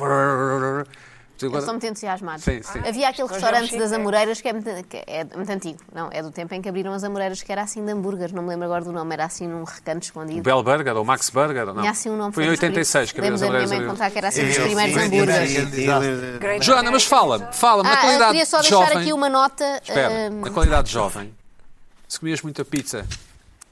[SPEAKER 4] Eles são muito entusiasmados.
[SPEAKER 1] Sim, sim.
[SPEAKER 4] Havia
[SPEAKER 3] Hoje é
[SPEAKER 4] aquele
[SPEAKER 3] um
[SPEAKER 4] restaurante das
[SPEAKER 3] chique.
[SPEAKER 4] Amoreiras que é muito, que é muito antigo. Não, é do tempo em que abriram as Amoreiras, que era assim de hambúrgueres. Não me lembro agora do nome, era assim num recanto
[SPEAKER 1] O
[SPEAKER 4] escondido.
[SPEAKER 1] Bell Burger ou Max Burger? ou Não.
[SPEAKER 4] Tinha assim um nome
[SPEAKER 1] Foi em
[SPEAKER 4] foi descrito.
[SPEAKER 1] 86 que abriu as
[SPEAKER 4] Lembro da minha
[SPEAKER 1] abelhas.
[SPEAKER 4] mãe contar que era assim
[SPEAKER 5] Eu-
[SPEAKER 4] dos primeiros
[SPEAKER 5] eu- eu-
[SPEAKER 4] hambúrgueres.
[SPEAKER 5] eu-
[SPEAKER 3] Great
[SPEAKER 1] Joana, mas fala-me, fala-me, na
[SPEAKER 4] Ah, eu
[SPEAKER 1] qualidade
[SPEAKER 4] queria só
[SPEAKER 1] de
[SPEAKER 4] deixar
[SPEAKER 1] jovem.
[SPEAKER 4] aqui uma nota.
[SPEAKER 1] Espera,
[SPEAKER 4] hum,
[SPEAKER 1] na qualidade de jovem, se comias muita pizza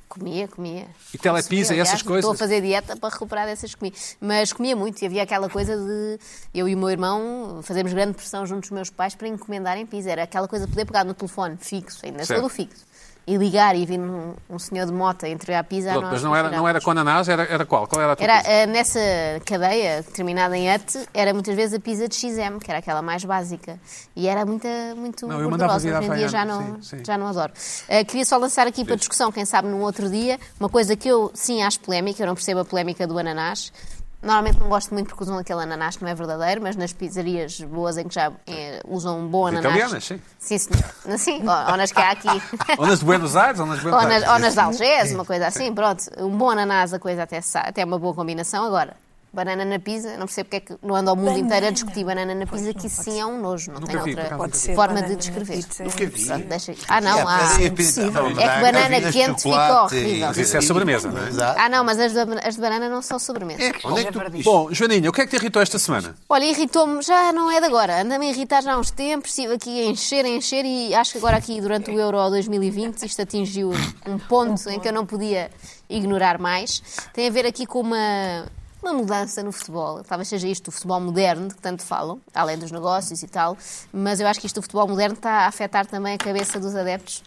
[SPEAKER 4] Comia, comia.
[SPEAKER 1] e telepizza e
[SPEAKER 4] Aliás,
[SPEAKER 1] essas coisas.
[SPEAKER 4] Estou a fazer dieta para recuperar dessas comidas. Mas comia muito e havia aquela coisa de eu e o meu irmão fazermos grande pressão junto dos meus pais para encomendarem pizza. Era aquela coisa de poder pegar no telefone fixo, ainda
[SPEAKER 1] Certo.
[SPEAKER 4] sou do fixo, e ligar e vir um, um senhor de moto a entregar a pizza.
[SPEAKER 1] Pronto,
[SPEAKER 4] nós
[SPEAKER 1] mas não era, não
[SPEAKER 4] chegávamos.
[SPEAKER 1] era com ananás, era, era qual? Qual era a tua
[SPEAKER 4] é Era,
[SPEAKER 1] pizza?
[SPEAKER 4] ah, nessa cadeia, terminada em UT, era muitas vezes a pizza de XM, que era aquela mais básica. E era muita, muito
[SPEAKER 1] Não, eu mandava
[SPEAKER 4] gordurosa.
[SPEAKER 1] vir à
[SPEAKER 4] Hoje em dia já
[SPEAKER 1] Havaiana,
[SPEAKER 4] não,
[SPEAKER 1] sim, sim.
[SPEAKER 4] já não adoro. Ah, queria só lançar aqui para
[SPEAKER 1] Diz.
[SPEAKER 4] discussão, quem sabe num outro dia, uma coisa que eu sim acho polémica, eu não percebo a polémica do ananás. Normalmente não gosto muito porque usam aquele ananás que não é verdadeiro, mas nas pizzarias boas em que já eh, usam um bom
[SPEAKER 1] As
[SPEAKER 4] ananás.
[SPEAKER 1] italianas, sim.
[SPEAKER 4] Sim, senhor. *laughs* Sim, ou, ou nas que há aqui.
[SPEAKER 1] *laughs* Ou nas de Buenos Aires ou nas de Buenos
[SPEAKER 4] eh, *laughs* Ou nas,
[SPEAKER 1] Aires?
[SPEAKER 4] ou nas de Algés, uma coisa assim, pronto. Um bom ananás, a coisa até, sa- até é uma boa combinação. Agora, banana na pizza, não percebo porque é que não anda o mundo inteiro a discutir banana na pizza, que isso sim é um nojo, não
[SPEAKER 1] Nunca vi,
[SPEAKER 4] tem
[SPEAKER 1] por
[SPEAKER 4] outra
[SPEAKER 1] acaso, nunca
[SPEAKER 3] vi.
[SPEAKER 4] forma
[SPEAKER 3] Pode ser
[SPEAKER 4] de descrever.
[SPEAKER 3] banana na pizza. Nunca
[SPEAKER 2] vi.
[SPEAKER 4] Pronto, deixa- Ah, não, há.
[SPEAKER 5] É, pizza-
[SPEAKER 3] impossível.
[SPEAKER 5] não,
[SPEAKER 4] É que
[SPEAKER 5] dá-
[SPEAKER 4] banana
[SPEAKER 5] havia de
[SPEAKER 4] quente fica
[SPEAKER 5] chocolate.
[SPEAKER 4] horrível. Mas
[SPEAKER 1] isso é sobremesa, não é?
[SPEAKER 5] Exato.
[SPEAKER 4] Ah, não, mas as da- as de banana não são sobremesa.
[SPEAKER 2] É, onde é que tu-
[SPEAKER 1] Bom, Joaninha, o que é que te irritou esta semana?
[SPEAKER 4] Olha, irritou-me, já não é de agora. Anda-me a irritar já há uns tempos, estive aqui a encher, a encher e acho que agora aqui durante o Euro 2020 isto atingiu um ponto em que eu não podia ignorar mais. Tem a ver aqui com uma, uma uma mudança no futebol. Talvez seja isto o futebol moderno de que tanto falam, além dos negócios e tal, mas eu acho que isto o futebol moderno está a afetar também a cabeça dos adeptos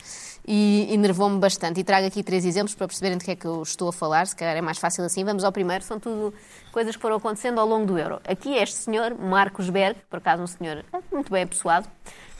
[SPEAKER 4] e enervou-me bastante. E trago aqui três exemplos para perceberem do que é que eu estou a falar, se calhar é mais fácil assim. Vamos ao primeiro, são tudo coisas que foram acontecendo ao longo do Euro. Aqui é este senhor, Marcos Berg, por acaso um senhor muito bem apessoado,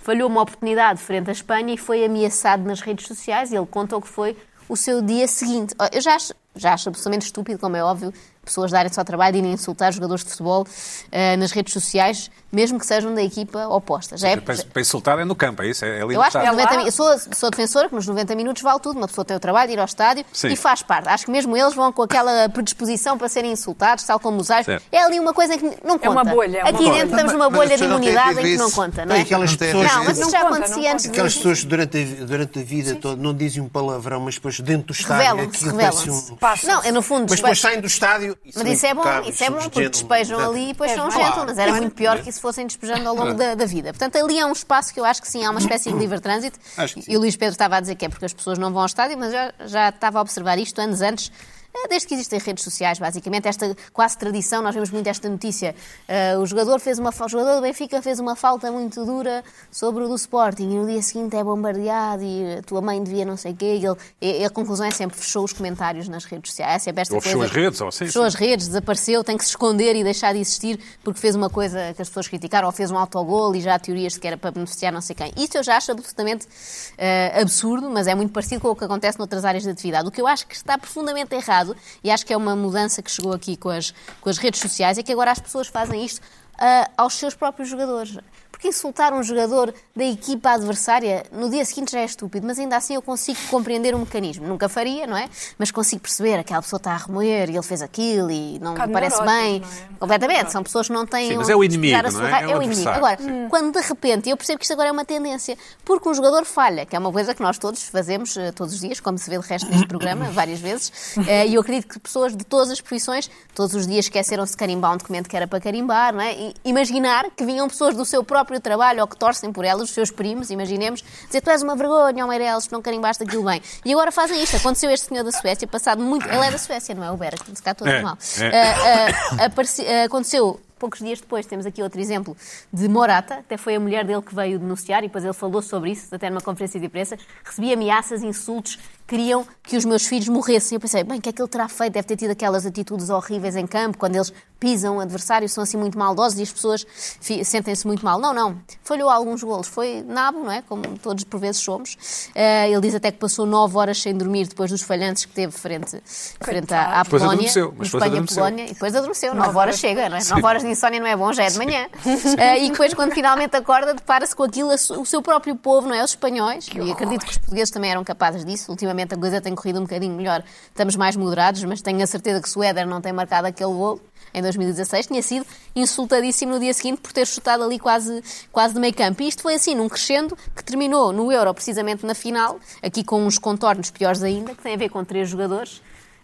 [SPEAKER 4] falhou uma oportunidade frente à Espanha e foi ameaçado nas redes sociais. E ele contou que foi o seu dia seguinte. Oh, Eu já acho, já acho absolutamente estúpido, como é óbvio, pessoas darem só trabalho e nem insultar jogadores de futebol eh, nas redes sociais, mesmo que sejam da equipa oposta. Já é,
[SPEAKER 1] Para, para insultar é no campo, é isso? É, é ali
[SPEAKER 4] eu
[SPEAKER 1] no
[SPEAKER 4] acho que
[SPEAKER 1] estádio.
[SPEAKER 4] nos 90 min- eu sou, sou defensora que nos 90 minutos vale tudo. Uma pessoa tem o trabalho de ir ao estádio
[SPEAKER 1] Sim.
[SPEAKER 4] e faz parte. Acho que mesmo eles vão com aquela predisposição para serem insultados, tal como os árbitros.
[SPEAKER 1] Certo.
[SPEAKER 4] É ali uma coisa que não conta.
[SPEAKER 3] uma bolha, é uma
[SPEAKER 4] Aqui
[SPEAKER 3] bolha.
[SPEAKER 4] dentro estamos numa
[SPEAKER 5] Mas- mas
[SPEAKER 4] bolha
[SPEAKER 5] as
[SPEAKER 4] de
[SPEAKER 5] pessoas não têm
[SPEAKER 4] imunidade em que
[SPEAKER 5] visto
[SPEAKER 4] não
[SPEAKER 5] isso.
[SPEAKER 4] conta, não
[SPEAKER 2] Não,
[SPEAKER 4] é?
[SPEAKER 2] e aquelas
[SPEAKER 5] Não tem
[SPEAKER 2] pessoas-
[SPEAKER 4] Não, mas isso
[SPEAKER 3] Não
[SPEAKER 4] já
[SPEAKER 3] conta, não
[SPEAKER 4] acontecia antes de...
[SPEAKER 2] Aquelas pessoas durante a, vi- durante a vida toda não dizem um palavrão, mas depois dentro do estádio
[SPEAKER 4] Revelam-se,
[SPEAKER 2] aquilo parece
[SPEAKER 4] revelam-se.
[SPEAKER 2] um-
[SPEAKER 4] Não, é no fundo...
[SPEAKER 2] Mas
[SPEAKER 4] despejo-
[SPEAKER 2] depois saem do estádio.
[SPEAKER 4] Mas isso é bom,
[SPEAKER 2] impecável,
[SPEAKER 4] isso é bom,
[SPEAKER 2] somos
[SPEAKER 4] porque
[SPEAKER 2] gentlemen,
[SPEAKER 4] despejam
[SPEAKER 2] exato.
[SPEAKER 4] ali e depois
[SPEAKER 3] É
[SPEAKER 4] são
[SPEAKER 3] claro.
[SPEAKER 4] gentlemen. Mas era muito pior que isso fossem despejando ao longo da, da vida. Portanto, ali é um espaço que eu acho que sim, há uma *coughs* espécie de livre trânsito.
[SPEAKER 2] Acho que sim.
[SPEAKER 4] E o Luís Pedro estava a dizer que é porque as pessoas não vão ao estádio, mas eu já estava a observar isto anos antes. eh, Desde que existem redes sociais, basicamente, esta quase tradição, nós vemos muito esta notícia. eh, o, jogador fez uma, fa- o jogador do Benfica fez uma falta muito dura sobre o do Sporting e no dia seguinte é bombardeado e a tua mãe devia não sei o quê. E, ele- e- e a conclusão é sempre fechou os comentários nas redes sociais. É sempre esta
[SPEAKER 1] Ou fechou
[SPEAKER 4] coisa-
[SPEAKER 1] as redes, ou sim,
[SPEAKER 4] Fechou
[SPEAKER 1] sim.
[SPEAKER 4] as redes, desapareceu, tem que se esconder e deixar de existir porque fez uma coisa que as pessoas criticaram ou fez um autogol e já há teorias de que era para beneficiar não sei quem. Isso eu já acho absolutamente eh, absurdo, mas é muito parecido com o que acontece noutras áreas de atividade. O que eu acho que está profundamente errado e acho que é uma mudança que chegou aqui com as, com as redes sociais é que agora as pessoas fazem isto ah, aos seus próprios jogadores. Porque insultar um jogador da equipa adversária no dia seguinte já é estúpido, mas ainda assim eu consigo compreender o mecanismo. Nunca faria, não é? Mas consigo perceber aquela pessoa está a remoer e ele fez aquilo e não
[SPEAKER 3] bocado
[SPEAKER 4] me parece
[SPEAKER 3] neurótico,
[SPEAKER 4] bem.
[SPEAKER 3] não é? Um bocado
[SPEAKER 4] Completamente. São pessoas que não têm.
[SPEAKER 1] Sim, mas
[SPEAKER 4] onde
[SPEAKER 1] é o
[SPEAKER 4] despejar
[SPEAKER 1] inimigo,
[SPEAKER 4] a sua
[SPEAKER 1] não é?
[SPEAKER 4] raiva.
[SPEAKER 1] É o
[SPEAKER 4] o inimigo.
[SPEAKER 1] adversário,
[SPEAKER 4] Agora, quando de repente, eu percebo que isto agora é uma tendência, porque um jogador falha, que é uma coisa que nós todos fazemos eh, todos os dias, como se vê de resto neste
[SPEAKER 1] *coughs*
[SPEAKER 4] programa, várias vezes, eh, e eu acredito que pessoas de todas as profissões, todos os dias esqueceram-se de carimbar um documento que era para carimbar, não é? E imaginar que vinham pessoas do seu próprio trabalho ou que torcem por elas, os seus primos, imaginemos, dizer tu és uma vergonha, Almeida, eles não carimbaste aquilo bem. E agora fazem isto. Aconteceu este senhor da Suécia, passado muito. Ele é da Suécia, não é? O Berg, se cá todo
[SPEAKER 1] É,
[SPEAKER 4] mal.
[SPEAKER 1] é.
[SPEAKER 4] Eh, ah, ah, apareci- ah, aconteceu poucos dias depois, temos aqui outro exemplo de Morata, até foi a mulher dele que veio denunciar e depois ele falou sobre isso, até numa conferência de imprensa, recebi ameaças, insultos, queriam que os meus filhos morressem. Eu pensei, bem, o que é que ele terá feito? Deve ter tido aquelas atitudes horríveis em campo, quando eles pisam o adversário, são assim muito maldosos e as pessoas fi- sentem-se muito mal. Não, não, falhou alguns golos, foi nabo, não é? Como todos por vezes somos. Ah, ele diz até que passou nove horas sem dormir depois dos falhantes que teve frente, frente à, à
[SPEAKER 1] Depois
[SPEAKER 4] Polónia,
[SPEAKER 1] adormeceu, mas depois adormeceu.
[SPEAKER 4] Polónia, e depois adormeceu. Nove horas chega, não é? Nove horas de insónia não é bom, já é de manhã. *laughs* Eh, e depois, quando finalmente acorda, depara-se com aquilo, a su- o seu próprio povo, não é? Os espanhóis, e acredito que os portugueses também eram capazes disso. Ultimamente a coisa tem corrido um bocadinho melhor, estamos mais moderados, mas tenho a certeza que se o Éder não tem marcado aquele gol em 2016, tinha sido insultadíssimo no dia seguinte por ter chutado ali quase, quase de meio campo. E isto foi assim, num crescendo que terminou no Euro, precisamente na final, aqui com uns contornos piores ainda, que tem a ver com três jogadores.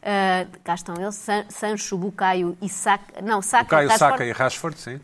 [SPEAKER 4] Uh, cá estão eles, San- Sancho, Bucaio e Saka. Não, Saka,
[SPEAKER 1] Caio
[SPEAKER 4] Rashford.
[SPEAKER 1] Saca e Rashford, sim.
[SPEAKER 4] Uh,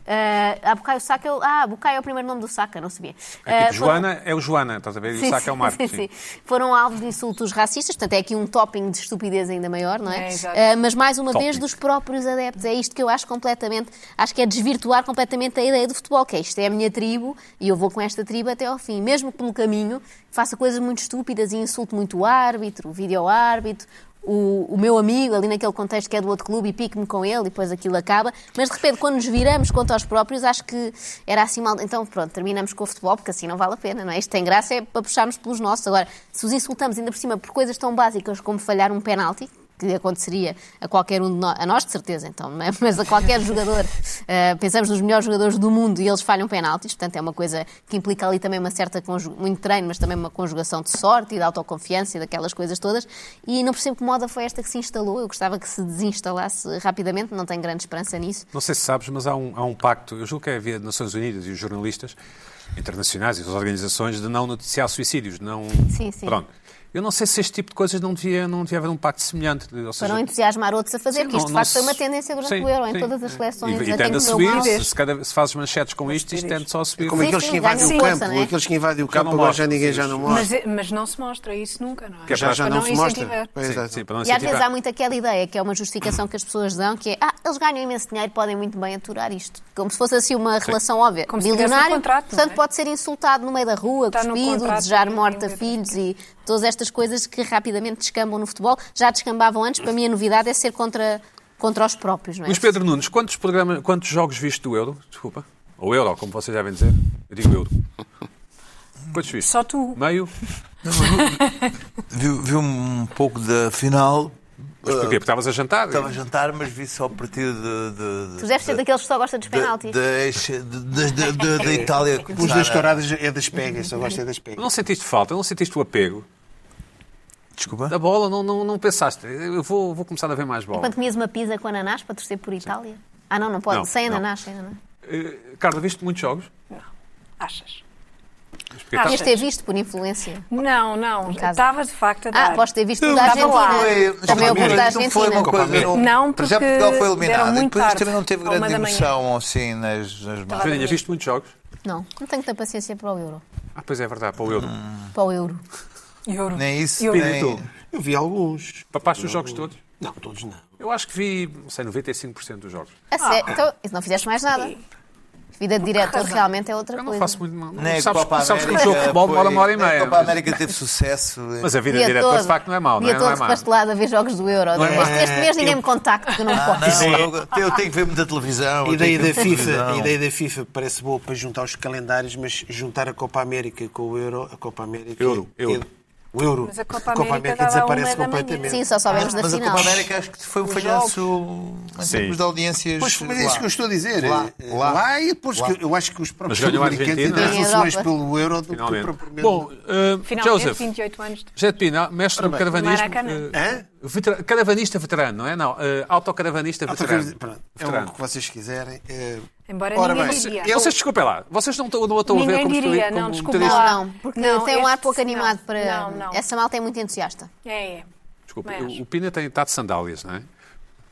[SPEAKER 4] ah, Bucaio, Saka, é o- ah, Bucaio é o primeiro nome do Saka, não sabia.
[SPEAKER 1] É
[SPEAKER 4] Uh,
[SPEAKER 1] tipo
[SPEAKER 4] foram-
[SPEAKER 1] Joana é o Joana, estás a ver? E o Saca é o Marco.
[SPEAKER 4] sim, sim. Foram alvos de insultos racistas, portanto é aqui um topping de estupidez ainda maior, não é?
[SPEAKER 3] É, exato.
[SPEAKER 4] Eh, mas mais uma
[SPEAKER 1] Topping.
[SPEAKER 4] vez dos próprios adeptos. É isto que eu acho completamente, acho que é desvirtuar completamente a ideia do futebol, que é isto é a minha tribo e eu vou com esta tribo até ao fim. Mesmo que pelo caminho faça coisas muito estúpidas e insulte muito o árbitro, o vídeo-árbitro, o, o meu amigo ali naquele contexto que é do outro clube e pique-me com ele e depois aquilo acaba. Mas de repente, quando nos viramos contra os próprios, acho que era assim mal. Então pronto, terminamos com o futebol porque assim não vale a pena, não é? Isto tem graça é para puxarmos pelos nossos. Agora, se os insultamos ainda por cima por coisas tão básicas como falhar um penalti, que aconteceria a qualquer um de nós, a nós de certeza então, não é? *laughs* mas a qualquer jogador. Uh, pensamos nos melhores jogadores do mundo e eles falham penaltis, portanto é uma coisa que implica ali também uma certa, conju- muito treino, mas também uma conjugação de sorte e de autoconfiança e daquelas coisas todas. E não percebo que moda foi esta que se instalou, eu gostava que se desinstalasse rapidamente, não tenho grande esperança nisso.
[SPEAKER 1] Não sei se sabes, mas há um, há um pacto, eu julgo que é via Nações Unidas e os jornalistas internacionais e as organizações de não noticiar suicídios, de não...
[SPEAKER 4] Sim, sim.
[SPEAKER 1] Pronto. Eu não sei se este tipo de coisas não devia, não devia haver um pacto semelhante. Ou
[SPEAKER 4] Para
[SPEAKER 1] seja,
[SPEAKER 4] não entusiasmar outros a fazer,
[SPEAKER 1] Sim,
[SPEAKER 4] porque isto
[SPEAKER 1] não-
[SPEAKER 4] de
[SPEAKER 1] não
[SPEAKER 4] facto
[SPEAKER 1] se-
[SPEAKER 4] foi uma tendência durante
[SPEAKER 1] Sim,
[SPEAKER 4] o Euro,
[SPEAKER 1] sim.
[SPEAKER 4] em todas as seleções.
[SPEAKER 1] E, e
[SPEAKER 4] até
[SPEAKER 1] tende a
[SPEAKER 4] correu
[SPEAKER 1] subir,
[SPEAKER 4] mal.
[SPEAKER 1] se, se cada- se fazes manchetes com isto, isto tende só a subir.
[SPEAKER 2] Como
[SPEAKER 4] Sim,
[SPEAKER 2] aqueles
[SPEAKER 4] sim,
[SPEAKER 2] que invadem
[SPEAKER 4] ganham
[SPEAKER 2] o
[SPEAKER 4] força,
[SPEAKER 2] campo,
[SPEAKER 4] não é?
[SPEAKER 2] aqueles que invadem o
[SPEAKER 1] Já
[SPEAKER 2] campo,
[SPEAKER 1] não
[SPEAKER 2] agora
[SPEAKER 1] mostram,
[SPEAKER 2] já ninguém
[SPEAKER 1] sim,
[SPEAKER 2] já não mostra.
[SPEAKER 3] Mas, é- mas não se mostra isso nunca, não é?
[SPEAKER 1] Que é
[SPEAKER 2] Já já
[SPEAKER 1] para
[SPEAKER 2] não
[SPEAKER 3] não
[SPEAKER 2] se mostra.
[SPEAKER 3] incentivar.
[SPEAKER 2] Pois,
[SPEAKER 1] Sim,
[SPEAKER 2] exato.
[SPEAKER 1] sim, para não é
[SPEAKER 4] E às vezes
[SPEAKER 1] incentivar.
[SPEAKER 4] há muito aquela ideia, que é uma justificação que as pessoas dão, que é, ah, eles ganham imenso dinheiro, podem muito bem aturar isto. Como se fosse assim uma relação óbvia.
[SPEAKER 3] Como se tivesse um
[SPEAKER 4] Milionário,
[SPEAKER 3] contrato, não
[SPEAKER 4] portanto,
[SPEAKER 3] é?
[SPEAKER 4] pode ser insultado no meio da rua,
[SPEAKER 3] Está no
[SPEAKER 4] cuspido,
[SPEAKER 3] contrato,
[SPEAKER 4] desejar
[SPEAKER 3] não
[SPEAKER 4] morte a
[SPEAKER 3] tem
[SPEAKER 4] filhos e todas estas coisas que rapidamente descambam no futebol. Já descambavam antes, para mim a novidade é ser contra, contra os próprios, não é?
[SPEAKER 1] Luís Pedro Nunes, quantos, programas, quantos jogos viste do Euro? Desculpa. Ou Euro, como vocês devem dizer. Eu digo Euro. Quantos viste?
[SPEAKER 3] Só tu.
[SPEAKER 1] Meio?
[SPEAKER 5] Vi, vi um pouco da final,
[SPEAKER 1] Mas porquê? Porque estavas a jantar?
[SPEAKER 5] estava a jantar, mas vi só o partido de. de,
[SPEAKER 4] Tu deves ser daqueles que só gostam dos penaltis.
[SPEAKER 5] da Itália.
[SPEAKER 2] Os dois coradas é das pegas, eu gosto é das pegas.
[SPEAKER 1] Não sentiste falta? Não sentiste o apego?
[SPEAKER 5] Desculpa.
[SPEAKER 1] Da bola não, não, não pensaste? Eu vou, vou começar a ver mais bola.
[SPEAKER 4] Quando comias uma pizza com ananás para torcer por Itália? Ah, não, não pode.
[SPEAKER 1] Não,
[SPEAKER 4] sem
[SPEAKER 1] não.
[SPEAKER 4] ananás, sem ananás.
[SPEAKER 1] Eh, Carla, viste muitos jogos?
[SPEAKER 3] Achas?
[SPEAKER 1] Mas porquê?
[SPEAKER 3] Ah,
[SPEAKER 4] Devias
[SPEAKER 1] Tá-
[SPEAKER 3] sim.
[SPEAKER 4] ter visto por influência.
[SPEAKER 3] Não, não.
[SPEAKER 4] casa.
[SPEAKER 3] Estava de facto a
[SPEAKER 4] Ah,
[SPEAKER 3] dar.
[SPEAKER 4] podes ter visto o da Argentina. Também é o da
[SPEAKER 5] Não foi
[SPEAKER 4] Argentina.
[SPEAKER 5] uma coisa.
[SPEAKER 3] Não,
[SPEAKER 5] Para já
[SPEAKER 3] porque
[SPEAKER 5] Portugal foi
[SPEAKER 3] deram
[SPEAKER 5] eliminado.
[SPEAKER 3] muito
[SPEAKER 5] E depois
[SPEAKER 3] tarde,
[SPEAKER 5] também não teve
[SPEAKER 3] à uma
[SPEAKER 5] grande
[SPEAKER 3] da manhã.
[SPEAKER 5] emoção assim nas, nas mãos.
[SPEAKER 1] Joaninha, viste muitos jogos?
[SPEAKER 4] Não, não tenho tanta paciência para o euro.
[SPEAKER 1] Ah, pois é, é verdade, para o Euro.
[SPEAKER 5] Hum.
[SPEAKER 4] Para o euro.
[SPEAKER 3] Euro.
[SPEAKER 5] Nem isso,
[SPEAKER 3] Euro.
[SPEAKER 5] nem.
[SPEAKER 1] tu?
[SPEAKER 2] Eu vi alguns.
[SPEAKER 1] Papaste os jogos todos?
[SPEAKER 2] Não, todos não.
[SPEAKER 1] Eu acho que vi, não sei, 95% dos jogos.
[SPEAKER 4] A sério? Então, isso não fizeste mais nada. Vida de diretor realmente é outra
[SPEAKER 1] Eu não
[SPEAKER 4] coisa.
[SPEAKER 1] faço muito mal.
[SPEAKER 5] Nem a
[SPEAKER 1] sabes,
[SPEAKER 5] Copa
[SPEAKER 1] sabes que um
[SPEAKER 5] América
[SPEAKER 1] jogo de futebol demora
[SPEAKER 5] foi-
[SPEAKER 1] uma hora e
[SPEAKER 5] nem A
[SPEAKER 1] meia.
[SPEAKER 5] Copa
[SPEAKER 1] Mas,
[SPEAKER 5] América teve sucesso.
[SPEAKER 1] mas a vida de
[SPEAKER 4] Dia
[SPEAKER 1] diretor, de
[SPEAKER 4] todo.
[SPEAKER 1] facto, não é mau, não
[SPEAKER 4] Dia
[SPEAKER 1] é? Não é
[SPEAKER 4] todo
[SPEAKER 1] mau.
[SPEAKER 4] pastelado a ver jogos do Euro.
[SPEAKER 2] é
[SPEAKER 4] este,
[SPEAKER 2] mau.
[SPEAKER 4] este mês ninguém me contacta, que eu não
[SPEAKER 5] Ah,
[SPEAKER 4] posso.
[SPEAKER 1] é-
[SPEAKER 5] não, eu, eu tenho que ver muita televisão.
[SPEAKER 2] A
[SPEAKER 5] eu
[SPEAKER 2] ideia
[SPEAKER 5] tenho que
[SPEAKER 2] da
[SPEAKER 5] ver muita
[SPEAKER 2] FIFA,
[SPEAKER 5] televisão.
[SPEAKER 2] a ideia da FIFA parece boa para juntar os calendários, mas juntar a Copa América com o Euro, a Copa América. é
[SPEAKER 1] Euro, euro.
[SPEAKER 2] O Euro.
[SPEAKER 3] Mas a Copa América dava
[SPEAKER 2] desaparece
[SPEAKER 3] uma da manhã.
[SPEAKER 2] completamente.
[SPEAKER 4] Sim, só soubemos da
[SPEAKER 5] Ah, Mas a
[SPEAKER 4] final.
[SPEAKER 5] Copa América acho que foi um falhanço em termos de audiências.
[SPEAKER 2] Pois, mas é isso
[SPEAKER 5] lá.
[SPEAKER 2] que eu estou a dizer.
[SPEAKER 5] Lá,
[SPEAKER 2] Eh,
[SPEAKER 5] lá.
[SPEAKER 2] e depois
[SPEAKER 5] Lá.
[SPEAKER 2] que eu acho que os próprios
[SPEAKER 1] Mas ganhou a
[SPEAKER 2] americanos
[SPEAKER 1] Argentina.
[SPEAKER 2] interessam-se mais
[SPEAKER 4] Europa.
[SPEAKER 2] pelo euro do que
[SPEAKER 1] Finalmente.
[SPEAKER 2] propriamente.
[SPEAKER 1] Bom, eh,
[SPEAKER 3] Finalmente,
[SPEAKER 1] Joseph,
[SPEAKER 3] 28 anos depois.
[SPEAKER 1] José de Pina, mestre do caravanismo.
[SPEAKER 3] Maracanã.
[SPEAKER 1] eh,
[SPEAKER 2] Hã?
[SPEAKER 1] vetera- Caravanista veterano, não é? Não, eh, autocaravanista
[SPEAKER 2] Outra
[SPEAKER 1] veterano.
[SPEAKER 2] coisa- pronto, é
[SPEAKER 1] Veterano.
[SPEAKER 2] o que vocês quiserem. eh,
[SPEAKER 3] Embora
[SPEAKER 2] Ora
[SPEAKER 3] ninguém
[SPEAKER 2] bem,
[SPEAKER 3] diria.
[SPEAKER 2] eu-
[SPEAKER 1] Vocês, desculpem lá, vocês não estão não estão a ver
[SPEAKER 3] Ninguém
[SPEAKER 1] como estou
[SPEAKER 3] diria,
[SPEAKER 1] como
[SPEAKER 3] não, desculpa
[SPEAKER 1] motorista?
[SPEAKER 3] lá.
[SPEAKER 4] Não, não, porque
[SPEAKER 3] Não,
[SPEAKER 4] tem um ar
[SPEAKER 3] este-
[SPEAKER 4] pouco animado
[SPEAKER 3] não,
[SPEAKER 4] para.
[SPEAKER 3] não, não.
[SPEAKER 4] Essa malta é muito entusiasta.
[SPEAKER 3] É, é.
[SPEAKER 1] Desculpa,
[SPEAKER 3] Mas-
[SPEAKER 1] o- o Pina tem, está de sandálias, não é?
[SPEAKER 4] de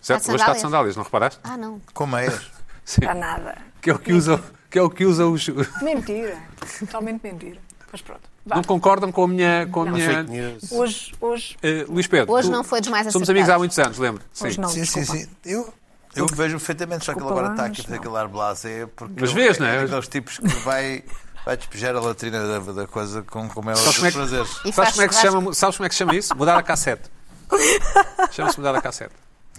[SPEAKER 1] Certo? Hoje está de
[SPEAKER 4] sandálias?
[SPEAKER 1] sandálias, não reparaste?
[SPEAKER 4] Ah, não.
[SPEAKER 5] Como é? isso?
[SPEAKER 1] Sim.
[SPEAKER 3] Para nada.
[SPEAKER 1] Que é o que usa, que é o que usa os.
[SPEAKER 3] Mentira. Totalmente mentira. Mas pronto. Vá.
[SPEAKER 1] Não concordam com a minha. Com a minha...
[SPEAKER 2] fake news.
[SPEAKER 3] Hoje, hoje
[SPEAKER 1] Eh, Luís Pedro.
[SPEAKER 4] Hoje
[SPEAKER 1] tu-
[SPEAKER 4] não foi dos mais
[SPEAKER 1] Somos
[SPEAKER 4] acertados.
[SPEAKER 1] amigos há muitos anos, lembro.
[SPEAKER 3] Hoje
[SPEAKER 1] Sim.
[SPEAKER 3] não,
[SPEAKER 5] Sim, sim,
[SPEAKER 3] desculpa.
[SPEAKER 5] sim. Eu, eu vejo perfeitamente, só que ele
[SPEAKER 3] Desculpa
[SPEAKER 5] agora
[SPEAKER 3] lá,
[SPEAKER 5] está
[SPEAKER 3] mas
[SPEAKER 5] aqui
[SPEAKER 3] não.
[SPEAKER 5] aquele ar blasé. Porque
[SPEAKER 1] Mas vês, não é?
[SPEAKER 5] Aqueles tipos que vai, vai despejar a latrina da, da coisa com como é os
[SPEAKER 1] Sabes como é
[SPEAKER 5] seus
[SPEAKER 1] que-
[SPEAKER 5] prazeres.
[SPEAKER 4] E
[SPEAKER 1] Sabes
[SPEAKER 4] faz
[SPEAKER 1] como, é que se
[SPEAKER 4] churrasco.
[SPEAKER 1] chama, sabes como é que se chama isso? Mudar a
[SPEAKER 3] *laughs*
[SPEAKER 1] cassete. Chama-se mudar a cassete.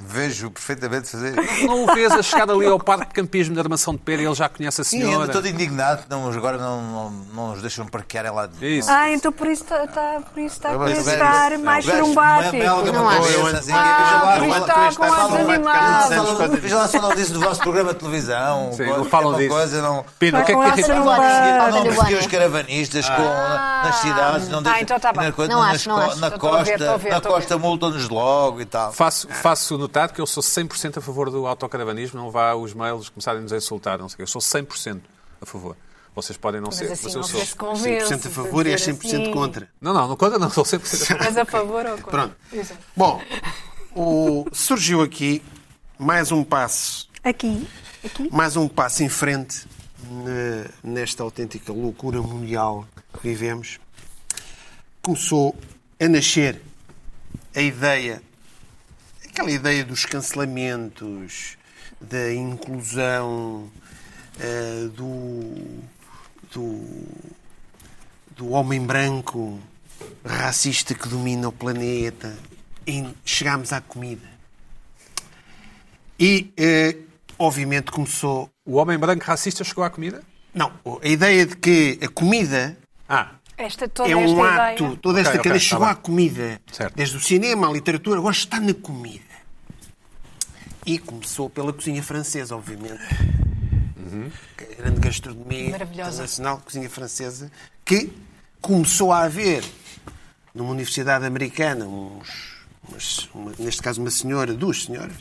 [SPEAKER 5] Vejo perfeitamente fazer.
[SPEAKER 1] Não o vês a chegar ali ao parque de campismo da Armação de Pera e ele já conhece a
[SPEAKER 5] Sim, eu
[SPEAKER 1] senhora.
[SPEAKER 5] ando todo indignado. Não, agora não, não, não os deixam parquear lá de
[SPEAKER 1] Isso.
[SPEAKER 3] Ah, então por isso está tá, por isso tá a
[SPEAKER 5] Mas o gajo-
[SPEAKER 3] estar mais um
[SPEAKER 5] o um gajo
[SPEAKER 3] churumbático.
[SPEAKER 5] belga,
[SPEAKER 4] Não
[SPEAKER 5] uma
[SPEAKER 4] acho.
[SPEAKER 5] coisa assim,
[SPEAKER 3] Ah,
[SPEAKER 5] veja
[SPEAKER 3] por
[SPEAKER 5] lá,
[SPEAKER 3] isso está com ar
[SPEAKER 5] falam-
[SPEAKER 3] desanimado.
[SPEAKER 5] falam- Veja lá se falam disso do vosso programa de televisão.
[SPEAKER 1] Sim,
[SPEAKER 5] coisa-
[SPEAKER 1] não falam
[SPEAKER 5] é uma
[SPEAKER 1] disso.
[SPEAKER 5] Coisa, não...
[SPEAKER 1] Pina, o que é
[SPEAKER 3] Vai com
[SPEAKER 1] que.
[SPEAKER 3] essa
[SPEAKER 5] Não,
[SPEAKER 3] Não vai.
[SPEAKER 5] não, não
[SPEAKER 4] Olha,
[SPEAKER 5] percebi
[SPEAKER 4] Luana.
[SPEAKER 5] os caravanistas com, nas cidades, não deixa,
[SPEAKER 3] Ah. então tá bem.
[SPEAKER 5] na,
[SPEAKER 4] Não
[SPEAKER 5] nas
[SPEAKER 4] acho, não
[SPEAKER 5] co-
[SPEAKER 4] acho.
[SPEAKER 5] na
[SPEAKER 3] Tô- tô a ver,
[SPEAKER 5] costa,
[SPEAKER 3] tô a ver,
[SPEAKER 5] na
[SPEAKER 3] tô a ver.
[SPEAKER 5] costa multam-nos logo e tal.
[SPEAKER 1] Faço, faço notar que eu sou 100% a favor do autocaravanismo, não vá os mails começarem-nos a insultar, não sei o quê. Eu sou 100% a favor. Vocês podem não ser,
[SPEAKER 3] Mas assim,
[SPEAKER 1] mas eu
[SPEAKER 3] não
[SPEAKER 1] sou.
[SPEAKER 3] sei se convence.
[SPEAKER 2] 100% a favor e
[SPEAKER 3] de
[SPEAKER 2] é
[SPEAKER 3] dizer
[SPEAKER 2] 100%
[SPEAKER 3] assim.
[SPEAKER 2] contra.
[SPEAKER 1] Não, não, não conta, não, sou 100% a favor.
[SPEAKER 3] Mas a favor ou contra?
[SPEAKER 2] Pronto.
[SPEAKER 3] Exato.
[SPEAKER 2] Bom, o- surgiu aqui mais um passo,
[SPEAKER 3] Aqui, aqui.
[SPEAKER 2] mais um passo em frente ne- nesta autêntica loucura mundial que vivemos. Começou a nascer a ideia, aquela ideia dos cancelamentos, da inclusão, eh, do- do do homem branco racista que domina o planeta. E chegámos à comida. E, eh, obviamente, começou.
[SPEAKER 1] O homem branco racista chegou à comida?
[SPEAKER 2] Não, a ideia de que a comida
[SPEAKER 1] Ah,
[SPEAKER 3] Esta, toda
[SPEAKER 2] é um
[SPEAKER 3] esta
[SPEAKER 2] ato.
[SPEAKER 3] ideia.
[SPEAKER 2] Toda esta
[SPEAKER 1] Ok, ok,
[SPEAKER 2] cadeia
[SPEAKER 1] tá
[SPEAKER 2] chegou
[SPEAKER 1] bem.
[SPEAKER 2] à comida.
[SPEAKER 1] Certo.
[SPEAKER 2] Desde o cinema, à literatura, agora está na comida. E começou pela cozinha francesa, obviamente.
[SPEAKER 1] Uhum.
[SPEAKER 2] é A Grande gastronomia
[SPEAKER 3] Maravilhosa.
[SPEAKER 2] internacional, cozinha francesa, que começou a haver numa universidade americana, uns- umas- uma- neste caso uma senhora, duas senhoras,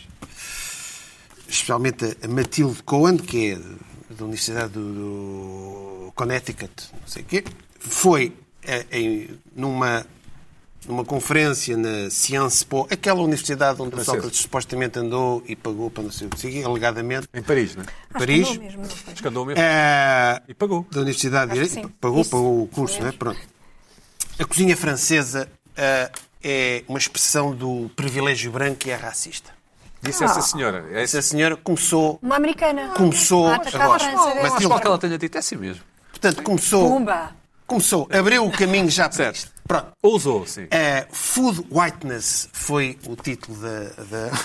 [SPEAKER 2] especialmente a Matilde Cohen, que é da Universidade do, do Connecticut, não sei o quê, foi eh, em, numa numa conferência na Sciences Po, aquela universidade onde o
[SPEAKER 1] Francesa.
[SPEAKER 2] Sócrates supostamente andou e pagou para não sei o que, alegadamente,
[SPEAKER 1] Em Paris, não é?
[SPEAKER 2] Paris.
[SPEAKER 3] Acho que não mesmo, não foi.
[SPEAKER 1] Escandou mesmo.
[SPEAKER 2] é,
[SPEAKER 1] E pagou.
[SPEAKER 2] da Universidade de
[SPEAKER 3] Acho que
[SPEAKER 2] Direito,
[SPEAKER 3] sim.
[SPEAKER 2] pagou,
[SPEAKER 3] Isso.
[SPEAKER 2] pagou o curso, não é? Pronto. A cozinha francesa ah, é uma expressão do privilégio branco e é racista.
[SPEAKER 1] Disse
[SPEAKER 3] Ah.
[SPEAKER 1] essa senhora. É essa...
[SPEAKER 2] Essa senhora começou,
[SPEAKER 3] Uma americana.
[SPEAKER 2] Começou
[SPEAKER 3] a atacar a
[SPEAKER 2] agora.
[SPEAKER 3] França.
[SPEAKER 1] Mas
[SPEAKER 2] Mas
[SPEAKER 3] dela.
[SPEAKER 2] sim.
[SPEAKER 1] qual que ela tenha dito? É assim mesmo.
[SPEAKER 2] portanto, começou,
[SPEAKER 3] Pumba.
[SPEAKER 2] começou, abriu o caminho já para
[SPEAKER 1] Certo.
[SPEAKER 2] isto. Pronto.
[SPEAKER 1] Ousou, sim.
[SPEAKER 5] É.
[SPEAKER 2] Ah, Food Whiteness foi o título da, da-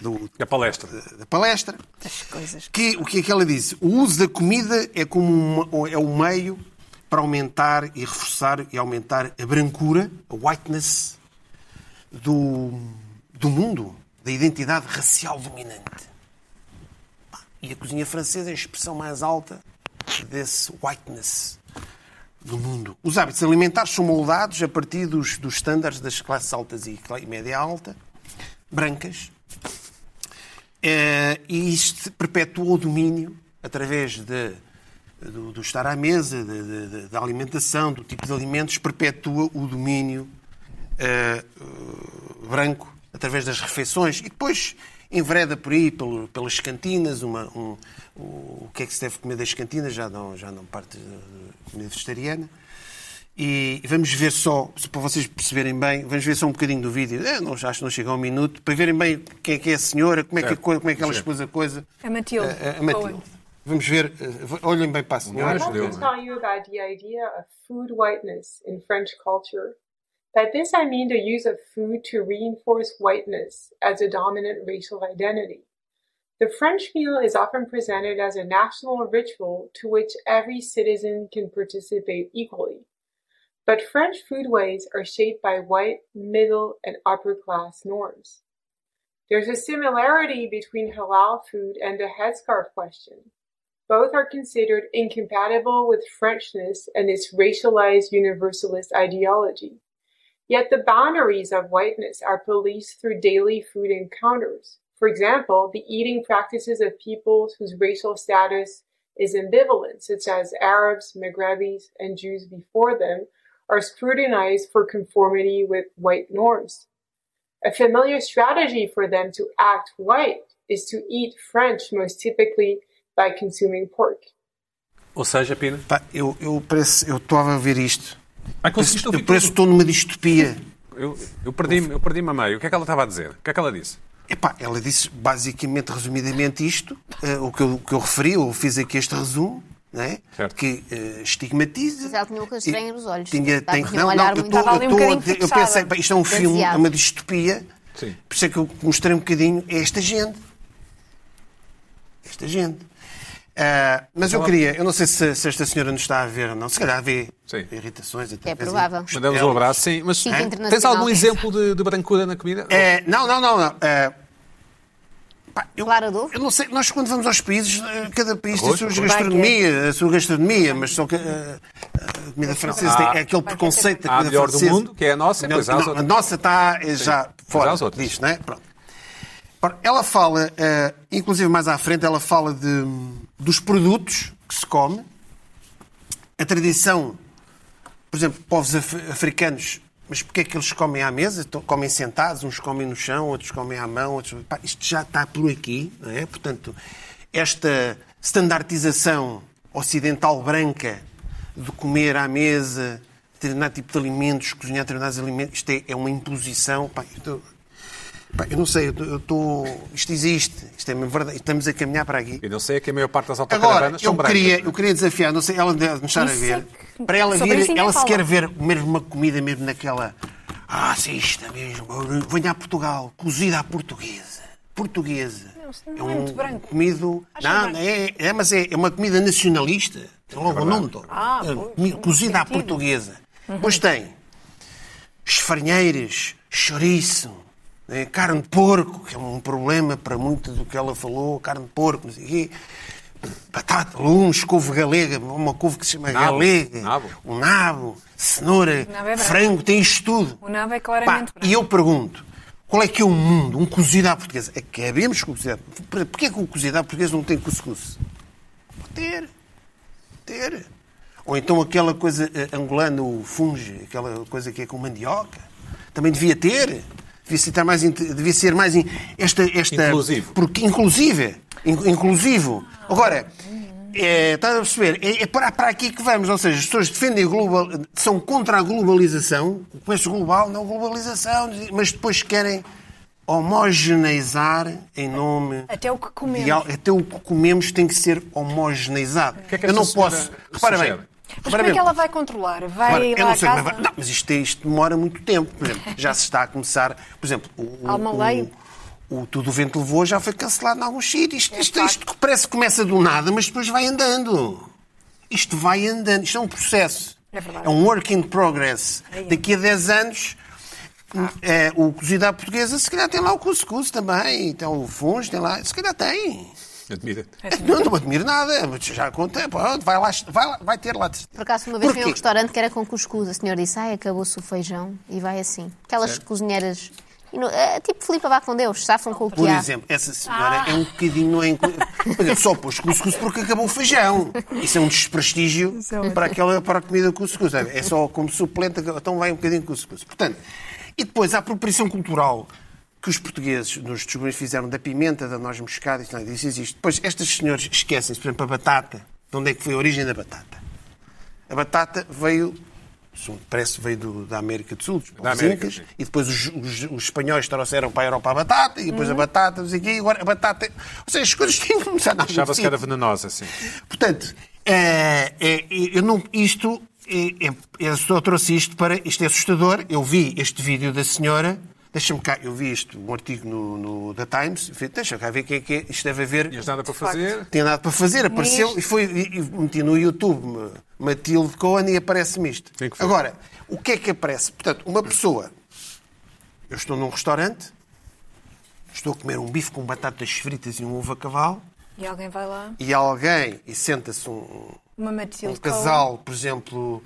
[SPEAKER 2] do-
[SPEAKER 1] A palestra.
[SPEAKER 2] da palestra.
[SPEAKER 3] As coisas.
[SPEAKER 2] Que, o que é que ela disse? O uso da comida é como um, é um meio para aumentar e reforçar e aumentar a brancura, a whiteness do, do mundo, da identidade racial dominante. Pá, E a cozinha francesa é a expressão mais alta desse whiteness do mundo. Os hábitos alimentares são moldados a partir dos, dos estándares das classes altas e cla- e média alta, brancas, eh, e isto perpetua o domínio através de- do, do estar à mesa, de- de- de- da alimentação, do tipo de alimentos, perpetua o domínio eh, eh, branco através das refeições e depois envereda por aí pelo- pelas cantinas, uma- um- o, o que é que se deve comer das cantinas, já não, já não parte da da comida vegetariana. E vamos ver só, se para vocês perceberem bem, vamos ver só um bocadinho do vídeo. Eh, não, acho que não chega a um minuto, para verem bem quem é que é a senhora, como é que,
[SPEAKER 1] Certo.
[SPEAKER 2] como é que ela
[SPEAKER 1] Sim.
[SPEAKER 2] expôs a coisa.
[SPEAKER 3] A Matilde.
[SPEAKER 2] A, a- a Matilde. Vamos ver, eh, olhem bem para a
[SPEAKER 1] Não,
[SPEAKER 2] senhora.
[SPEAKER 6] I'd like
[SPEAKER 1] Absolutely.
[SPEAKER 6] to tell you about the idea of food whiteness in French culture. By this, I mean the use of food to reinforce whiteness as a dominant racial identity. The French meal is often presented as a national ritual to which every citizen can participate equally. But French foodways are shaped by white, middle, and upper class norms. There's a similarity between halal food and the headscarf question. Both are considered incompatible with Frenchness and its racialized universalist ideology. Yet the boundaries of whiteness are policed through daily food encounters. For example, the eating practices of peoples whose racial status is ambivalent, such as Arabs, Maghrebis, and Jews before them, are scrutinized for conformity with white norms. A familiar strategy for them to act white is to eat French most typically by consuming pork.
[SPEAKER 1] Ou seja, Pina.
[SPEAKER 2] Pá, eu, eu, parece, eu estava a ver isto.
[SPEAKER 1] Ah, conseguiste
[SPEAKER 2] eu
[SPEAKER 1] ouvir
[SPEAKER 2] parece que
[SPEAKER 1] tudo?
[SPEAKER 2] estou numa distopia.
[SPEAKER 1] Eu, eu perdi-me eu perdi-me a meio. O que é que ela estava a dizer? O que é que ela disse?
[SPEAKER 2] Epá, ela disse basicamente, resumidamente, isto, eh, o, que eu, o que eu referi, eu fiz aqui este resumo, não é?
[SPEAKER 1] Certo.
[SPEAKER 2] que eh, estigmatiza.
[SPEAKER 4] Mas ela tinha uma coisa estranha nos olhos.
[SPEAKER 2] Tinha,
[SPEAKER 4] Dá
[SPEAKER 2] tem,
[SPEAKER 4] para
[SPEAKER 2] não,
[SPEAKER 4] um
[SPEAKER 2] não,
[SPEAKER 4] olhar
[SPEAKER 2] eu,
[SPEAKER 4] muito-
[SPEAKER 2] tô-
[SPEAKER 4] Estava
[SPEAKER 3] ali um
[SPEAKER 2] eu, tô-
[SPEAKER 3] bocadinho
[SPEAKER 2] eu pensei,
[SPEAKER 3] fixada.
[SPEAKER 2] pá, isto é um filme, é
[SPEAKER 4] Demasiado.
[SPEAKER 2] uma distopia.
[SPEAKER 1] Sim.
[SPEAKER 2] Por isso é que eu mostrei um bocadinho é esta gente. Esta gente. Ah, mas eu queria, eu não sei se, se esta senhora nos está a ver ou não, se calhar vê
[SPEAKER 1] Sim.
[SPEAKER 2] irritações. até
[SPEAKER 4] É
[SPEAKER 2] vezes-
[SPEAKER 4] provável.
[SPEAKER 1] Mandamos um abraço, sim. Mas
[SPEAKER 4] Chique
[SPEAKER 1] Hein?
[SPEAKER 4] internacional.
[SPEAKER 1] tens algum exemplo de, de brancura na comida?
[SPEAKER 2] É, não, não, não. não. é, pá, eu,
[SPEAKER 4] Clara Douro?
[SPEAKER 2] eu não sei, nós quando vamos aos países, eh, cada país tem a
[SPEAKER 1] Arroz,
[SPEAKER 2] sua
[SPEAKER 1] arroz.
[SPEAKER 2] gastronomia, a sua gastronomia, mas só que eh, a comida francesa tem é aquele preconceito
[SPEAKER 1] Ah. Há
[SPEAKER 2] da
[SPEAKER 1] a
[SPEAKER 2] comida
[SPEAKER 1] melhor do
[SPEAKER 2] francesa.
[SPEAKER 1] mundo, que é a nossa, e
[SPEAKER 2] Não,
[SPEAKER 1] depois há as
[SPEAKER 2] não, a
[SPEAKER 1] outras.
[SPEAKER 2] nossa está eh, já fora
[SPEAKER 1] há as outras.
[SPEAKER 2] disto, não é? Pronto. Ora, Ela fala, eh, inclusive mais à frente, ela fala de, hum, dos produtos que se come, a tradição, por exemplo, povos af- africanos, mas porquê é que eles comem à mesa? Então, Comem sentados, uns comem no chão, outros comem à mão, outros... Pá, isto já está por aqui, não é? Portanto, esta standardização ocidental branca de comer à mesa, determinado tipo de alimentos, cozinhar determinados alimentos, isto é, é uma imposição. Pá, eu tô- pá, eu não sei, eu estou. Isto existe, isto é mesmo verdade, estamos a caminhar para aqui.
[SPEAKER 1] E não sei é que a maior parte das
[SPEAKER 2] Agora,
[SPEAKER 1] autocaravanas
[SPEAKER 2] eu
[SPEAKER 1] são brancas.
[SPEAKER 2] queria,
[SPEAKER 1] não
[SPEAKER 2] eu
[SPEAKER 1] é?
[SPEAKER 2] queria desafiar, não sei, ela deve me estar a
[SPEAKER 3] Isso é
[SPEAKER 2] ver.
[SPEAKER 3] que-
[SPEAKER 2] Para ela
[SPEAKER 3] sobre
[SPEAKER 2] vir,
[SPEAKER 3] isso ninguém
[SPEAKER 2] ela se
[SPEAKER 3] fala.
[SPEAKER 2] quer ver mesmo uma comida, mesmo naquela. Ah, sim, isto é mesmo. Venha a Portugal, cozida à portuguesa. Portuguesa. um
[SPEAKER 3] Não, isso não é muito branco.
[SPEAKER 2] Comido.
[SPEAKER 3] Acho
[SPEAKER 2] Não,
[SPEAKER 3] branco.
[SPEAKER 2] é, é, mas é, é uma comida nacionalista. Tem logo o nome, Dora.
[SPEAKER 3] Ah,
[SPEAKER 2] É,
[SPEAKER 3] pois,
[SPEAKER 2] comi-
[SPEAKER 3] faz
[SPEAKER 2] Cozida à
[SPEAKER 3] sentido.
[SPEAKER 2] portuguesa. Pois tem esfarinheiras, chouriço, né, carne de porco, que é um problema para muito do que ela falou, carne de porco, não sei o quê. Batata, lumes, couve galega, uma couve que se chama
[SPEAKER 1] Nabo,
[SPEAKER 2] galega,
[SPEAKER 1] nabo.
[SPEAKER 2] o nabo, cenoura,
[SPEAKER 3] nabo é branco.
[SPEAKER 2] frango, tem isto tudo.
[SPEAKER 3] O nabo é
[SPEAKER 2] Pá,
[SPEAKER 3] claramente branco.
[SPEAKER 2] e eu pergunto, qual é que é o mundo, um cozido à portuguesa? Acabemos com o cozido à portuguesa. Porquê que o cozido à portuguesa não tem cuscuz? Pode ter. Ter. Ou então aquela coisa eh, angolana, o funge, aquela coisa que é com mandioca. também devia ter. Devia ser mais, in- devia ser mais in- esta, esta
[SPEAKER 1] Inclusivo.
[SPEAKER 2] porque inclusive, in- inclusivo. Agora, é, estás a perceber? É, é para, para aqui que vamos, ou seja, as pessoas defendem o global, são contra a globalização, o comércio global, não globalização, mas depois querem homogeneizar em nome
[SPEAKER 3] Até o que comemos.
[SPEAKER 2] de al- até o que comemos tem que ser homogeneizado.
[SPEAKER 1] que é que
[SPEAKER 2] eu
[SPEAKER 1] esta
[SPEAKER 2] não
[SPEAKER 1] senhora
[SPEAKER 2] posso. Repara bem.
[SPEAKER 1] sugere?
[SPEAKER 3] Mas
[SPEAKER 2] repara
[SPEAKER 3] como é
[SPEAKER 2] bem.
[SPEAKER 3] que ela vai controlar? Vai
[SPEAKER 2] Claro, eu
[SPEAKER 3] lá
[SPEAKER 2] não
[SPEAKER 3] à
[SPEAKER 2] sei,
[SPEAKER 3] casa?
[SPEAKER 2] mas, não, mas isto, isto demora muito tempo. Por exemplo, já se está a começar. Por exemplo, o, o-
[SPEAKER 3] Há uma lei?
[SPEAKER 2] o- o Tudo o Vento Levou já foi cancelado em alguns sítios.
[SPEAKER 3] É
[SPEAKER 2] Isto, isto, isto que parece que começa do nada, mas depois vai andando. Isto vai andando. Isto é um processo.
[SPEAKER 3] É verdade.
[SPEAKER 2] um work in progress.
[SPEAKER 3] É. Ah.
[SPEAKER 2] Daqui a 10 anos. eh, o cozido à portuguesa, se calhar tem lá o cuscuz também, tem o funge, tem lá, se calhar tem.
[SPEAKER 1] é? Admira.
[SPEAKER 3] É assim.
[SPEAKER 2] Não, não admiro nada, mas já contei, pronto, vai, lá, vai, lá- vai ter lá.
[SPEAKER 4] Por acaso, uma vez fui a um
[SPEAKER 2] Porquê?
[SPEAKER 4] restaurante que era com cuscuz. A senhora disse, ai, acabou-se o feijão. E vai assim. Aquelas cozinheiras... e no- é tipo Filipe vá com Deus, safam com o que
[SPEAKER 2] Por
[SPEAKER 4] há.
[SPEAKER 2] exemplo, essa senhora é um bocadinho. em- Por exemplo, só pôs cuscuz porque acabou o feijão. Isso é um desprestígio para, aquela, para a comida cuscuz. sabe? É só como suplente, então vai um bocadinho de cuscuz. Portanto, e depois a apropriação cultural que os portugueses nos descobrimentos fizeram da pimenta, da noz moscada, isso, não, isso existe. Depois, estas senhoras esquecem-se, por exemplo, a batata. De onde é que foi a origem da batata? A batata veio, segundo parece, veio do- da América do Sul, dos povos
[SPEAKER 1] América,
[SPEAKER 2] incas,
[SPEAKER 1] sim.
[SPEAKER 2] e depois os, os- os espanhóis trouxeram para a Europa a batata, e depois a batata, não sei o quê, e agora a batata... Ou seja, as coisas têm que começar a
[SPEAKER 1] Achava-se que era venenosa, sim.
[SPEAKER 2] Portanto, é, é, eu não, isto, é, é, eu só trouxe isto para... Isto é assustador. Eu vi este vídeo da senhora... Deixa-me cá, eu vi isto, um artigo no, no da Times, e falei, deixa cá ver o que é que é, isto deve haver
[SPEAKER 1] Tinhas nada para fazer.
[SPEAKER 2] tinha nada para fazer, apareceu
[SPEAKER 3] Nisto.
[SPEAKER 2] e, foi, e, e meti no YouTube Ma- Matilde Cohen e aparece-me isto.
[SPEAKER 1] Tem que ver.
[SPEAKER 2] Agora, o que é que aparece? Portanto, uma pessoa, eu estou num restaurante, estou a comer um bife com batatas fritas e um ovo a cavalo,
[SPEAKER 3] E alguém vai lá?
[SPEAKER 2] e alguém, e senta-se um,
[SPEAKER 3] Uma
[SPEAKER 2] um
[SPEAKER 3] Matilde Cohen.
[SPEAKER 2] casal, por exemplo,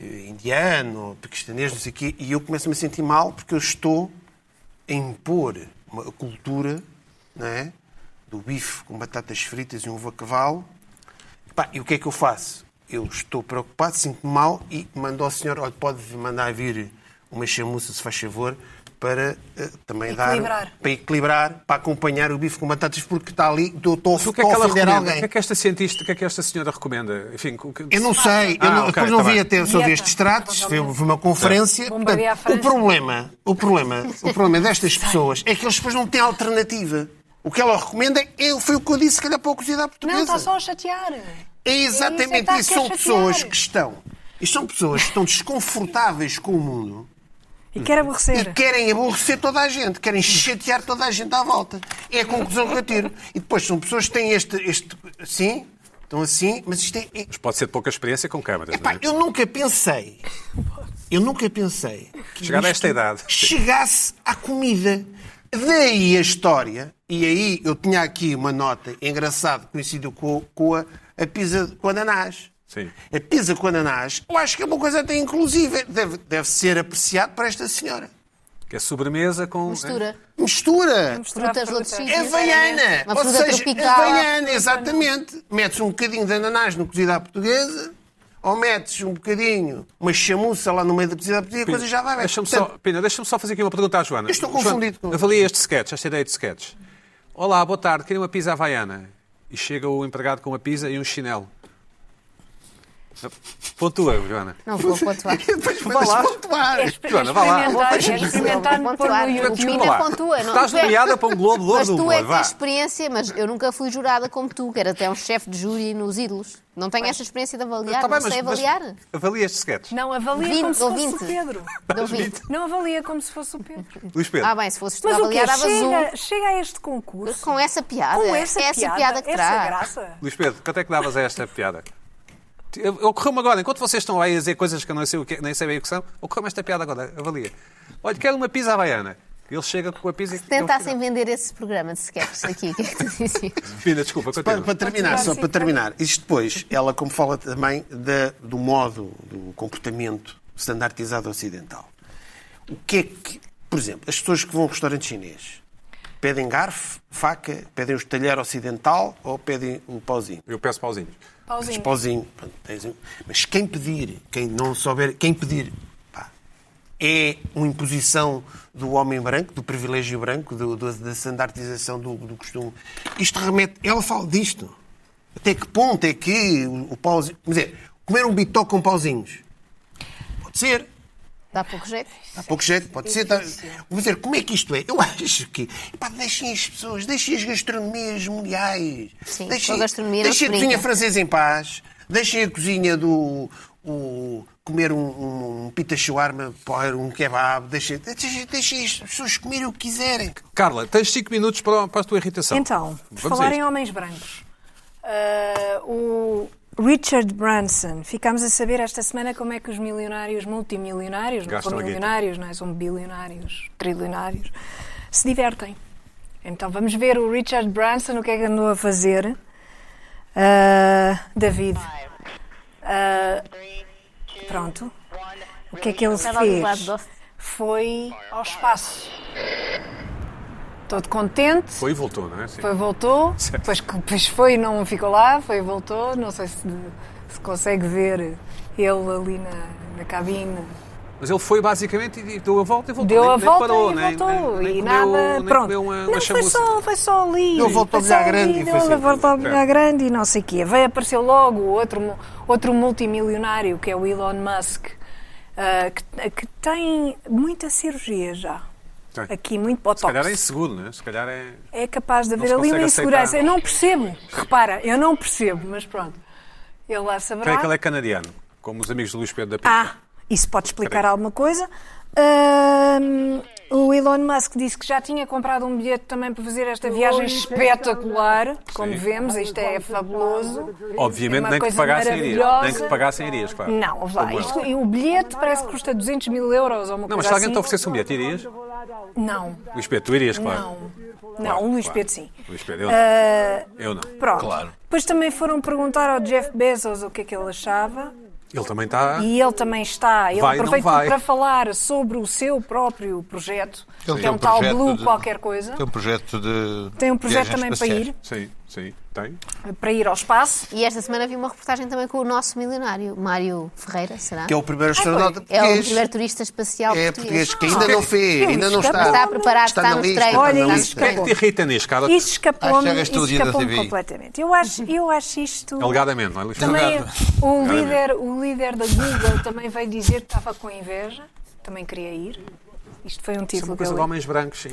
[SPEAKER 2] eh, indiano, paquistanês, não sei o quê, e eu começo-me a sentir mal porque eu estou a impor uma cultura não é? do bife com batatas fritas e um ovo a cavalo. Pá, e o que é que eu faço? Eu estou preocupado, sinto-me mal e mando ao senhor, olha, pode mandar vir uma chamuça, se faz favor, para eh, também
[SPEAKER 3] Equilibrar.
[SPEAKER 2] dar... Para equilibrar. Para acompanhar o bife com batatas, porque está ali, estou estou a
[SPEAKER 1] O que é que ela
[SPEAKER 2] ofender
[SPEAKER 1] recomenda?
[SPEAKER 2] alguém.
[SPEAKER 1] O que é que esta cientista, o que é que esta senhora recomenda? Enfim, o que-
[SPEAKER 2] Eu não sei, eu
[SPEAKER 1] Ah,
[SPEAKER 2] não,
[SPEAKER 1] ok,
[SPEAKER 2] depois não
[SPEAKER 1] tá
[SPEAKER 2] vi
[SPEAKER 1] bem.
[SPEAKER 2] até, só vi
[SPEAKER 3] Dieta.
[SPEAKER 2] estes tratos, foi foi uma conferência.
[SPEAKER 3] Bombardear
[SPEAKER 2] Portanto,
[SPEAKER 3] a França.
[SPEAKER 2] o problema, o problema, o problema destas pessoas é que eles depois não têm alternativa. O que ela recomenda é, foi o que eu disse, se calhar, para a cozida portuguesa.
[SPEAKER 3] Não, está só a chatear.
[SPEAKER 2] É exatamente
[SPEAKER 3] Isso é que
[SPEAKER 2] isso.
[SPEAKER 3] tá
[SPEAKER 2] São
[SPEAKER 3] a chatear.
[SPEAKER 2] pessoas que estão. E são pessoas que estão desconfortáveis com o mundo
[SPEAKER 3] E quer
[SPEAKER 2] e
[SPEAKER 3] aborrecer.
[SPEAKER 2] querem aborrecer toda a gente, querem chatear toda a gente à volta. É a conclusão que eu tiro. E depois são pessoas que têm este. este assim, estão assim, mas isto é- é,
[SPEAKER 1] Mas pode ser de pouca experiência com câmaras, não
[SPEAKER 2] Pá,
[SPEAKER 1] é?
[SPEAKER 2] eu nunca pensei. Eu nunca pensei que
[SPEAKER 1] Chegar a
[SPEAKER 2] isto
[SPEAKER 1] esta idade.
[SPEAKER 2] chegasse à comida. Daí a história. E aí eu tinha aqui uma nota engraçada que coincidiu com, com a, a pizza com ananás.
[SPEAKER 1] Sim.
[SPEAKER 2] A pizza com ananás, eu acho que é uma coisa até inclusiva. Deve, deve ser apreciado para esta senhora.
[SPEAKER 1] Que é sobremesa com.
[SPEAKER 4] Mistura.
[SPEAKER 2] Mistura.
[SPEAKER 4] Frutas de outros sítios.
[SPEAKER 2] É veiana.
[SPEAKER 4] Uma
[SPEAKER 2] Ou
[SPEAKER 4] fruta
[SPEAKER 2] seja,
[SPEAKER 4] tropical.
[SPEAKER 2] é veiana, exatamente. Metes um bocadinho de ananás no cozido à portuguesa, ou metes um bocadinho, uma chamuça lá no meio da cozida à portuguesa, a coisa já vai bem.
[SPEAKER 1] Deixa-me
[SPEAKER 2] Portanto,
[SPEAKER 1] só, Pina, deixa-me só fazer aqui uma pergunta à Joana.
[SPEAKER 2] Eu estou
[SPEAKER 1] Joana,
[SPEAKER 2] confundido com-
[SPEAKER 1] Avalia este sketch, esta ideia de sketch. Olá, boa tarde, queria uma pizza havaiana. E chega o empregado com uma pizza e um chinelo. Pontua, Joana.
[SPEAKER 4] Não vou pontuar.
[SPEAKER 1] *laughs*
[SPEAKER 2] Depois
[SPEAKER 1] Vá lá.
[SPEAKER 2] vamos pontuar.
[SPEAKER 1] Joana, vá lá.
[SPEAKER 3] Experimentar, é experimentar
[SPEAKER 4] Vou
[SPEAKER 3] me pôr no
[SPEAKER 4] pontuar.
[SPEAKER 3] YouTube.
[SPEAKER 4] Pina
[SPEAKER 1] Vá lá.
[SPEAKER 4] pontua, não?
[SPEAKER 1] Estás
[SPEAKER 4] Tu é-
[SPEAKER 1] nomeada para um Globo de Ouro
[SPEAKER 4] Mas
[SPEAKER 1] do
[SPEAKER 4] tu
[SPEAKER 1] Humor,
[SPEAKER 4] é que
[SPEAKER 1] vá.
[SPEAKER 4] tens experiência, mas eu nunca fui jurada como tu, que era até um chefe de júri nos ídolos. Não tenho essa experiência de avaliar,
[SPEAKER 1] Tá bem,
[SPEAKER 4] não sei
[SPEAKER 1] mas- mas *laughs*
[SPEAKER 4] avaliar.
[SPEAKER 1] Avalia este sketch.
[SPEAKER 3] Não, avalia
[SPEAKER 4] Ouvinte,
[SPEAKER 3] como se
[SPEAKER 4] ouvinte.
[SPEAKER 3] fosse o Pedro.
[SPEAKER 4] Não vi.
[SPEAKER 3] Não avalia como se fosse o Pedro.
[SPEAKER 1] Luís Pedro.
[SPEAKER 4] Ah, bem, se fosses tu a
[SPEAKER 3] Mas o quê?
[SPEAKER 4] avaliar, davas um.
[SPEAKER 3] Chega, chega a este concurso
[SPEAKER 4] Com essa piada.
[SPEAKER 3] com essa
[SPEAKER 4] é essa
[SPEAKER 3] piada,
[SPEAKER 4] piada, que
[SPEAKER 3] essa
[SPEAKER 4] traz.
[SPEAKER 3] graça.
[SPEAKER 1] Luís Pedro, quanto é que davas a esta piada? Eu- Ocorreu-me agora, enquanto vocês estão aí a dizer coisas que eu não sei, o que, nem sei bem o que são, ocorreu-me esta piada agora, avalia. Olha, quero uma pizza havaiana. Ele chega com a pizza e...
[SPEAKER 4] Se
[SPEAKER 3] assim.
[SPEAKER 4] tentassem vender esse programa de sketches aqui, o que é que tu dizias?
[SPEAKER 1] Pina, desculpa,
[SPEAKER 2] Para,
[SPEAKER 1] continua.
[SPEAKER 2] para terminar,
[SPEAKER 3] Pode
[SPEAKER 2] só
[SPEAKER 3] sim,
[SPEAKER 2] para
[SPEAKER 3] pode.
[SPEAKER 2] terminar. Isto depois, ela como fala também da- do modo, do comportamento standardizado ocidental. O que é que, por exemplo, as pessoas que vão a um restaurante chinês pedem garfo, faca, pedem o talher ocidental ou pedem o pauzinho?
[SPEAKER 1] Eu peço pauzinhos.
[SPEAKER 3] Paulinho.
[SPEAKER 2] Pauzinho. Pronto, tens um- Mas quem pedir, quem não souber, quem pedir, pá, é uma imposição do homem branco, do privilégio branco, do- do- da standardização do, do costume. Isto remete. Ela fala disto. Até que ponto é que o, o pauzinho. Quer dizer, comer um bitoque com pauzinhos? Pode ser.
[SPEAKER 4] Dá pouco jeito.
[SPEAKER 2] Há pouco jeito, pode ser. Tá... Vou dizer, como é que isto é? Eu acho que. Pá, deixem as pessoas, deixem as gastronomias mundiais.
[SPEAKER 4] Sim,
[SPEAKER 2] deixem
[SPEAKER 4] com a gastronomia não se
[SPEAKER 2] deixem a cozinha
[SPEAKER 4] brinca.
[SPEAKER 2] francesa em paz. Deixem a cozinha do. o- comer um, um, um pita shawarma, porra, um kebab. Deixem, deixem, deixem as pessoas comerem o que quiserem.
[SPEAKER 1] Carla, tens 5 minutos para, para a tua irritação.
[SPEAKER 3] Então, por
[SPEAKER 1] Vamos a
[SPEAKER 3] falar em
[SPEAKER 1] isto.
[SPEAKER 3] homens brancos, ah, o Richard Branson, ficámos a saber esta semana como é que os milionários, multimilionários, não
[SPEAKER 1] Gastam
[SPEAKER 3] são
[SPEAKER 1] a guita.
[SPEAKER 3] milionários, não é? são bilionários, trilionários, se divertem. Então vamos ver o Richard Branson, o que é que andou a fazer. Ah, David. Ah, pronto. O que é que ele
[SPEAKER 4] Estava ali do lado
[SPEAKER 3] fez?
[SPEAKER 4] doce.
[SPEAKER 3] Foi ao espaço. Todo contente.
[SPEAKER 1] Foi e voltou, não é? Sim.
[SPEAKER 3] Foi, voltou.
[SPEAKER 1] *laughs* Certo.
[SPEAKER 3] Depois, que- depois foi e não ficou lá. Foi, e voltou. Não sei se, se consegue ver ele ali na, na cabine.
[SPEAKER 1] Mas ele foi basicamente e deu a volta e voltou.
[SPEAKER 3] Deu
[SPEAKER 1] Nem-
[SPEAKER 3] a
[SPEAKER 1] nem
[SPEAKER 3] volta
[SPEAKER 1] parou,
[SPEAKER 3] e
[SPEAKER 1] nem-
[SPEAKER 3] voltou.
[SPEAKER 1] nem- nem
[SPEAKER 3] e
[SPEAKER 1] comeu-
[SPEAKER 3] nada.
[SPEAKER 1] nem
[SPEAKER 3] Pronto.
[SPEAKER 1] comeu uma, uma
[SPEAKER 3] não, foi
[SPEAKER 1] chamuça.
[SPEAKER 3] só, foi só ali.
[SPEAKER 2] Ele voltou
[SPEAKER 3] Foi só
[SPEAKER 2] à grande
[SPEAKER 3] ali,
[SPEAKER 2] e
[SPEAKER 3] deu-
[SPEAKER 2] foi assim.
[SPEAKER 3] voltou à
[SPEAKER 1] Certo.
[SPEAKER 3] grande e não sei o quê. Veio, apareceu logo outro, mu- outro multimilionário, que é o Elon Musk, ah, que, que tem muita cirurgia já.
[SPEAKER 1] Tem.
[SPEAKER 3] Aqui, muito
[SPEAKER 1] Se calhar é em
[SPEAKER 3] botox
[SPEAKER 1] segundo, não é? Se calhar é.
[SPEAKER 3] é capaz de
[SPEAKER 1] se
[SPEAKER 3] haver ali uma
[SPEAKER 1] consegue
[SPEAKER 3] insegurança.
[SPEAKER 1] aceitar.
[SPEAKER 3] Eu não percebo, repara, eu não percebo, mas pronto. Ele lá saberá.
[SPEAKER 1] Creio que ele é canadiano, como os amigos do Luís Pedro da Pinto.
[SPEAKER 3] Ah, isso pode explicar alguma coisa. Ahm, o Elon Musk disse que já tinha comprado um bilhete também para fazer esta viagem espetacular, como vemos, isto é fabuloso. É
[SPEAKER 1] Obviamente,
[SPEAKER 3] uma
[SPEAKER 1] nem que
[SPEAKER 3] coisa
[SPEAKER 1] pagassem irias.
[SPEAKER 3] maravilhosa.
[SPEAKER 1] Nem que pagassem irias, claro.
[SPEAKER 3] Não, ouve lá,
[SPEAKER 1] Como eu.
[SPEAKER 3] isto- e o bilhete parece que custa 200 mil euros ou uma
[SPEAKER 1] Não, mas
[SPEAKER 3] coisa
[SPEAKER 1] se alguém
[SPEAKER 3] assim.
[SPEAKER 1] te oferecesse um bilhete, irias?
[SPEAKER 3] Não,
[SPEAKER 1] Luís Pedro, tu irias, claro.
[SPEAKER 3] não.
[SPEAKER 1] Claro,
[SPEAKER 3] Não, o Luís
[SPEAKER 1] claro.
[SPEAKER 3] Pedro sim.
[SPEAKER 1] Luís Pedro, eu não.
[SPEAKER 3] Ah,
[SPEAKER 1] Eu não.
[SPEAKER 3] Pronto.
[SPEAKER 5] Claro.
[SPEAKER 3] Depois também foram perguntar ao Jeff Bezos o que é que ele achava.
[SPEAKER 1] Ele também tá- está.
[SPEAKER 3] E ele também está. Ele
[SPEAKER 1] Vai, não
[SPEAKER 3] aproveita
[SPEAKER 1] vai.
[SPEAKER 3] para falar sobre o seu próprio projeto,
[SPEAKER 5] Ele
[SPEAKER 3] que
[SPEAKER 5] tem
[SPEAKER 3] é um,
[SPEAKER 5] um
[SPEAKER 3] tal
[SPEAKER 5] projeto
[SPEAKER 3] Blue
[SPEAKER 5] de-
[SPEAKER 3] qualquer coisa.
[SPEAKER 5] Tem um projeto de.
[SPEAKER 3] Tem um projeto
[SPEAKER 5] viagens
[SPEAKER 3] também para
[SPEAKER 5] espaciais.
[SPEAKER 3] ir,
[SPEAKER 1] Sim, sim, tem.
[SPEAKER 3] para ir ao espaço.
[SPEAKER 4] E esta semana vi uma reportagem também com o nosso milionário, Mário Ferreira, será?
[SPEAKER 2] Que é o primeiro astronauta
[SPEAKER 4] É o
[SPEAKER 2] português.
[SPEAKER 4] primeiro turista espacial
[SPEAKER 2] É
[SPEAKER 4] português. Ah.
[SPEAKER 2] português, que ainda não fez,
[SPEAKER 3] Eu
[SPEAKER 2] ainda não
[SPEAKER 3] escapou.
[SPEAKER 2] está.
[SPEAKER 4] Está a preparar, está
[SPEAKER 2] na
[SPEAKER 4] nos
[SPEAKER 2] lista,
[SPEAKER 4] treinos.
[SPEAKER 2] está na
[SPEAKER 3] Olha, isso
[SPEAKER 2] lista.
[SPEAKER 1] O que é que te irrita nisto, cara?
[SPEAKER 3] Isto escapou-me
[SPEAKER 5] Acho que já gastou o dia da
[SPEAKER 3] escapou
[SPEAKER 5] TV.
[SPEAKER 3] completamente. Eu acho, eu acho isto.
[SPEAKER 1] Alegadamente, não é, Luís Pedro?
[SPEAKER 3] Também o
[SPEAKER 1] Obrigado.
[SPEAKER 3] líder, o líder da Google também veio dizer que estava com inveja. Também queria ir. Isto foi um
[SPEAKER 1] Isso é
[SPEAKER 3] título
[SPEAKER 1] uma
[SPEAKER 3] que eu
[SPEAKER 1] coisa de
[SPEAKER 3] li.
[SPEAKER 1] homens brancos. sim.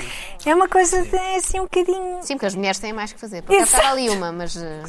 [SPEAKER 3] É uma coisa de- é assim um bocadinho.
[SPEAKER 4] Sim, porque as mulheres têm mais que fazer. Por acaso
[SPEAKER 3] Exato.
[SPEAKER 4] estava ali uma, mas eh, é
[SPEAKER 1] Eu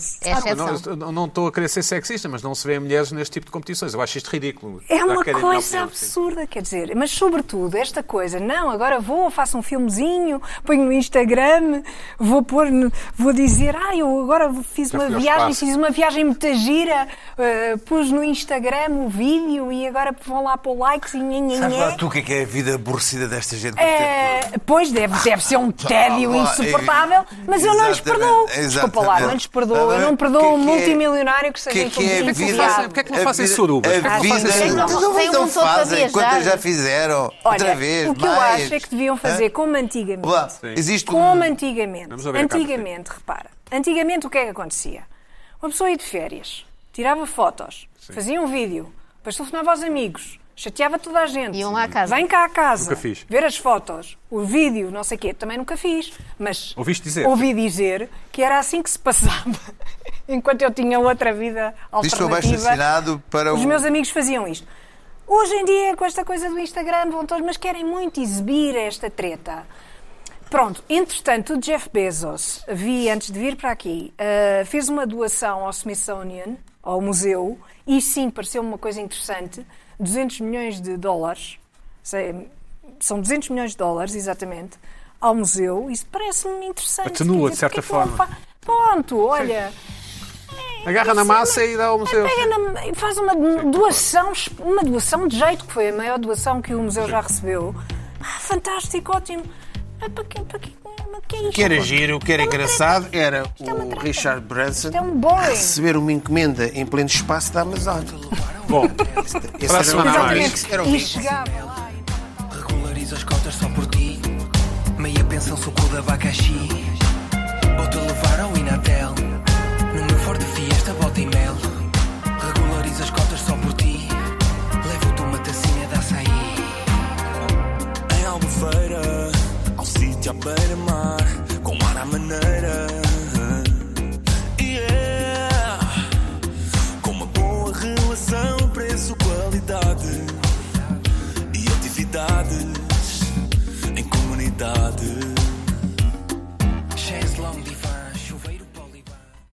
[SPEAKER 1] não-
[SPEAKER 4] exceção.
[SPEAKER 1] eu não- Não estou a querer ser sexista, mas não se vêem mulheres neste tipo de competições. Eu acho isto ridículo.
[SPEAKER 3] É
[SPEAKER 1] Dá
[SPEAKER 3] uma
[SPEAKER 1] querem a minha
[SPEAKER 3] coisa
[SPEAKER 1] opinião, sim.
[SPEAKER 3] absurda, quer dizer, mas sobretudo esta coisa, não, agora vou, faço um filmezinho, ponho no Instagram, vou pôr, no- vou dizer, ah, eu agora fiz
[SPEAKER 1] Já
[SPEAKER 3] uma
[SPEAKER 1] fui ao
[SPEAKER 3] viagem,
[SPEAKER 1] espaço."
[SPEAKER 3] fiz uma viagem muita gira, eh, pus no Instagram o vídeo e agora vão lá pôr likes e
[SPEAKER 5] Sabes lá
[SPEAKER 3] nhanhanhé.
[SPEAKER 5] tu o que é que é a vida aborrecida desta gente?
[SPEAKER 3] É, pois deve, deve ser um tédio
[SPEAKER 5] Ah, lá,
[SPEAKER 3] insuportável,
[SPEAKER 5] é,
[SPEAKER 3] mas eu não lhes
[SPEAKER 5] exatamente,
[SPEAKER 3] perdoo. Desculpa lá,
[SPEAKER 5] exatamente.
[SPEAKER 3] não lhes perdoo. Eu
[SPEAKER 5] Agora,
[SPEAKER 3] não perdoo
[SPEAKER 5] que é
[SPEAKER 3] um
[SPEAKER 5] que é-
[SPEAKER 3] multimilionário que
[SPEAKER 5] O que
[SPEAKER 3] seja
[SPEAKER 5] é que é a
[SPEAKER 3] incompetente.
[SPEAKER 5] vida?
[SPEAKER 1] Porquê é que não fazem
[SPEAKER 5] a vida-
[SPEAKER 1] surubas?
[SPEAKER 5] A
[SPEAKER 1] Porquê é que não
[SPEAKER 5] vida-
[SPEAKER 1] fazem
[SPEAKER 4] surubas?
[SPEAKER 5] Então,
[SPEAKER 4] Tem um
[SPEAKER 5] então
[SPEAKER 4] motor para
[SPEAKER 5] fazem,
[SPEAKER 4] viajar.
[SPEAKER 5] quantas já fizeram? Outra vez,
[SPEAKER 3] o que eu
[SPEAKER 5] mais.
[SPEAKER 3] acho é que deviam fazer como antigamente.
[SPEAKER 5] Olá,
[SPEAKER 1] Sim.
[SPEAKER 5] existe um...
[SPEAKER 3] Como antigamente.
[SPEAKER 1] Vamos abrir a capa,
[SPEAKER 3] Antigamente, repara. Antigamente o que é que acontecia? Uma pessoa ia de férias, tirava fotos, fazia um vídeo, depois telefonava aos amigos, chateava toda a gente.
[SPEAKER 4] Iam lá à casa.
[SPEAKER 3] Vem cá à casa.
[SPEAKER 1] Nunca fiz.
[SPEAKER 3] Ver as fotos, o vídeo, não sei o quê. Também nunca fiz. Mas
[SPEAKER 1] Ouviste dizer?
[SPEAKER 3] ouvi dizer que era assim que se passava. *laughs* Enquanto eu tinha outra vida
[SPEAKER 5] Diz que
[SPEAKER 3] alternativa.
[SPEAKER 5] foi baixo assinado para
[SPEAKER 3] Os
[SPEAKER 1] um-
[SPEAKER 5] o-
[SPEAKER 3] meus amigos faziam isto. Hoje em dia, com esta coisa do Instagram, vão todos, mas querem muito exibir esta treta. Pronto, entretanto, o Jeff Bezos, vi antes de vir para aqui, ah, fez uma doação ao Smithsonian, ao museu, e sim, pareceu uma coisa interessante, 200 milhões de dólares, sei, são 200 milhões de dólares, exatamente, ao museu, isso parece-me interessante.
[SPEAKER 1] Atenua,
[SPEAKER 3] quer dizer,
[SPEAKER 1] de certa
[SPEAKER 3] porque é que não
[SPEAKER 1] forma.
[SPEAKER 3] fa- Pronto, olha...
[SPEAKER 1] Agarra na
[SPEAKER 3] Isso é
[SPEAKER 1] massa
[SPEAKER 3] uma-
[SPEAKER 1] e dá ao museu.
[SPEAKER 3] Pega na- É, e faz uma doação, uma doação de jeito, que foi a maior doação que o museu já recebeu. Ah, fantástico, ótimo. Ah, para quê, para quê, para quê é isto?
[SPEAKER 2] O que era giro, o que era
[SPEAKER 3] Isto é uma
[SPEAKER 2] engraçado Ah, era
[SPEAKER 3] é uma
[SPEAKER 2] o
[SPEAKER 3] treta.
[SPEAKER 2] Richard Branson
[SPEAKER 3] Isto é um boring.
[SPEAKER 2] receber uma encomenda em pleno espaço da Amazónia.
[SPEAKER 1] Bom,
[SPEAKER 2] Esse
[SPEAKER 1] Para a semana
[SPEAKER 2] era o-
[SPEAKER 1] mais.
[SPEAKER 2] esse era o
[SPEAKER 3] E
[SPEAKER 2] mix.
[SPEAKER 3] chegava lá.
[SPEAKER 7] Regulariza as cotas só por ti. Meia pensão suco de abacaxi. Vou-te levar ao Inatel. No meu forte fiesta, bota e mel. Regulariza as cotas só por ti. Levo-te uma tacinha de açaí.
[SPEAKER 8] noite à beira-mar, com ar à maneira. Yeah. Com uma boa relação, preço, qualidade e atividade.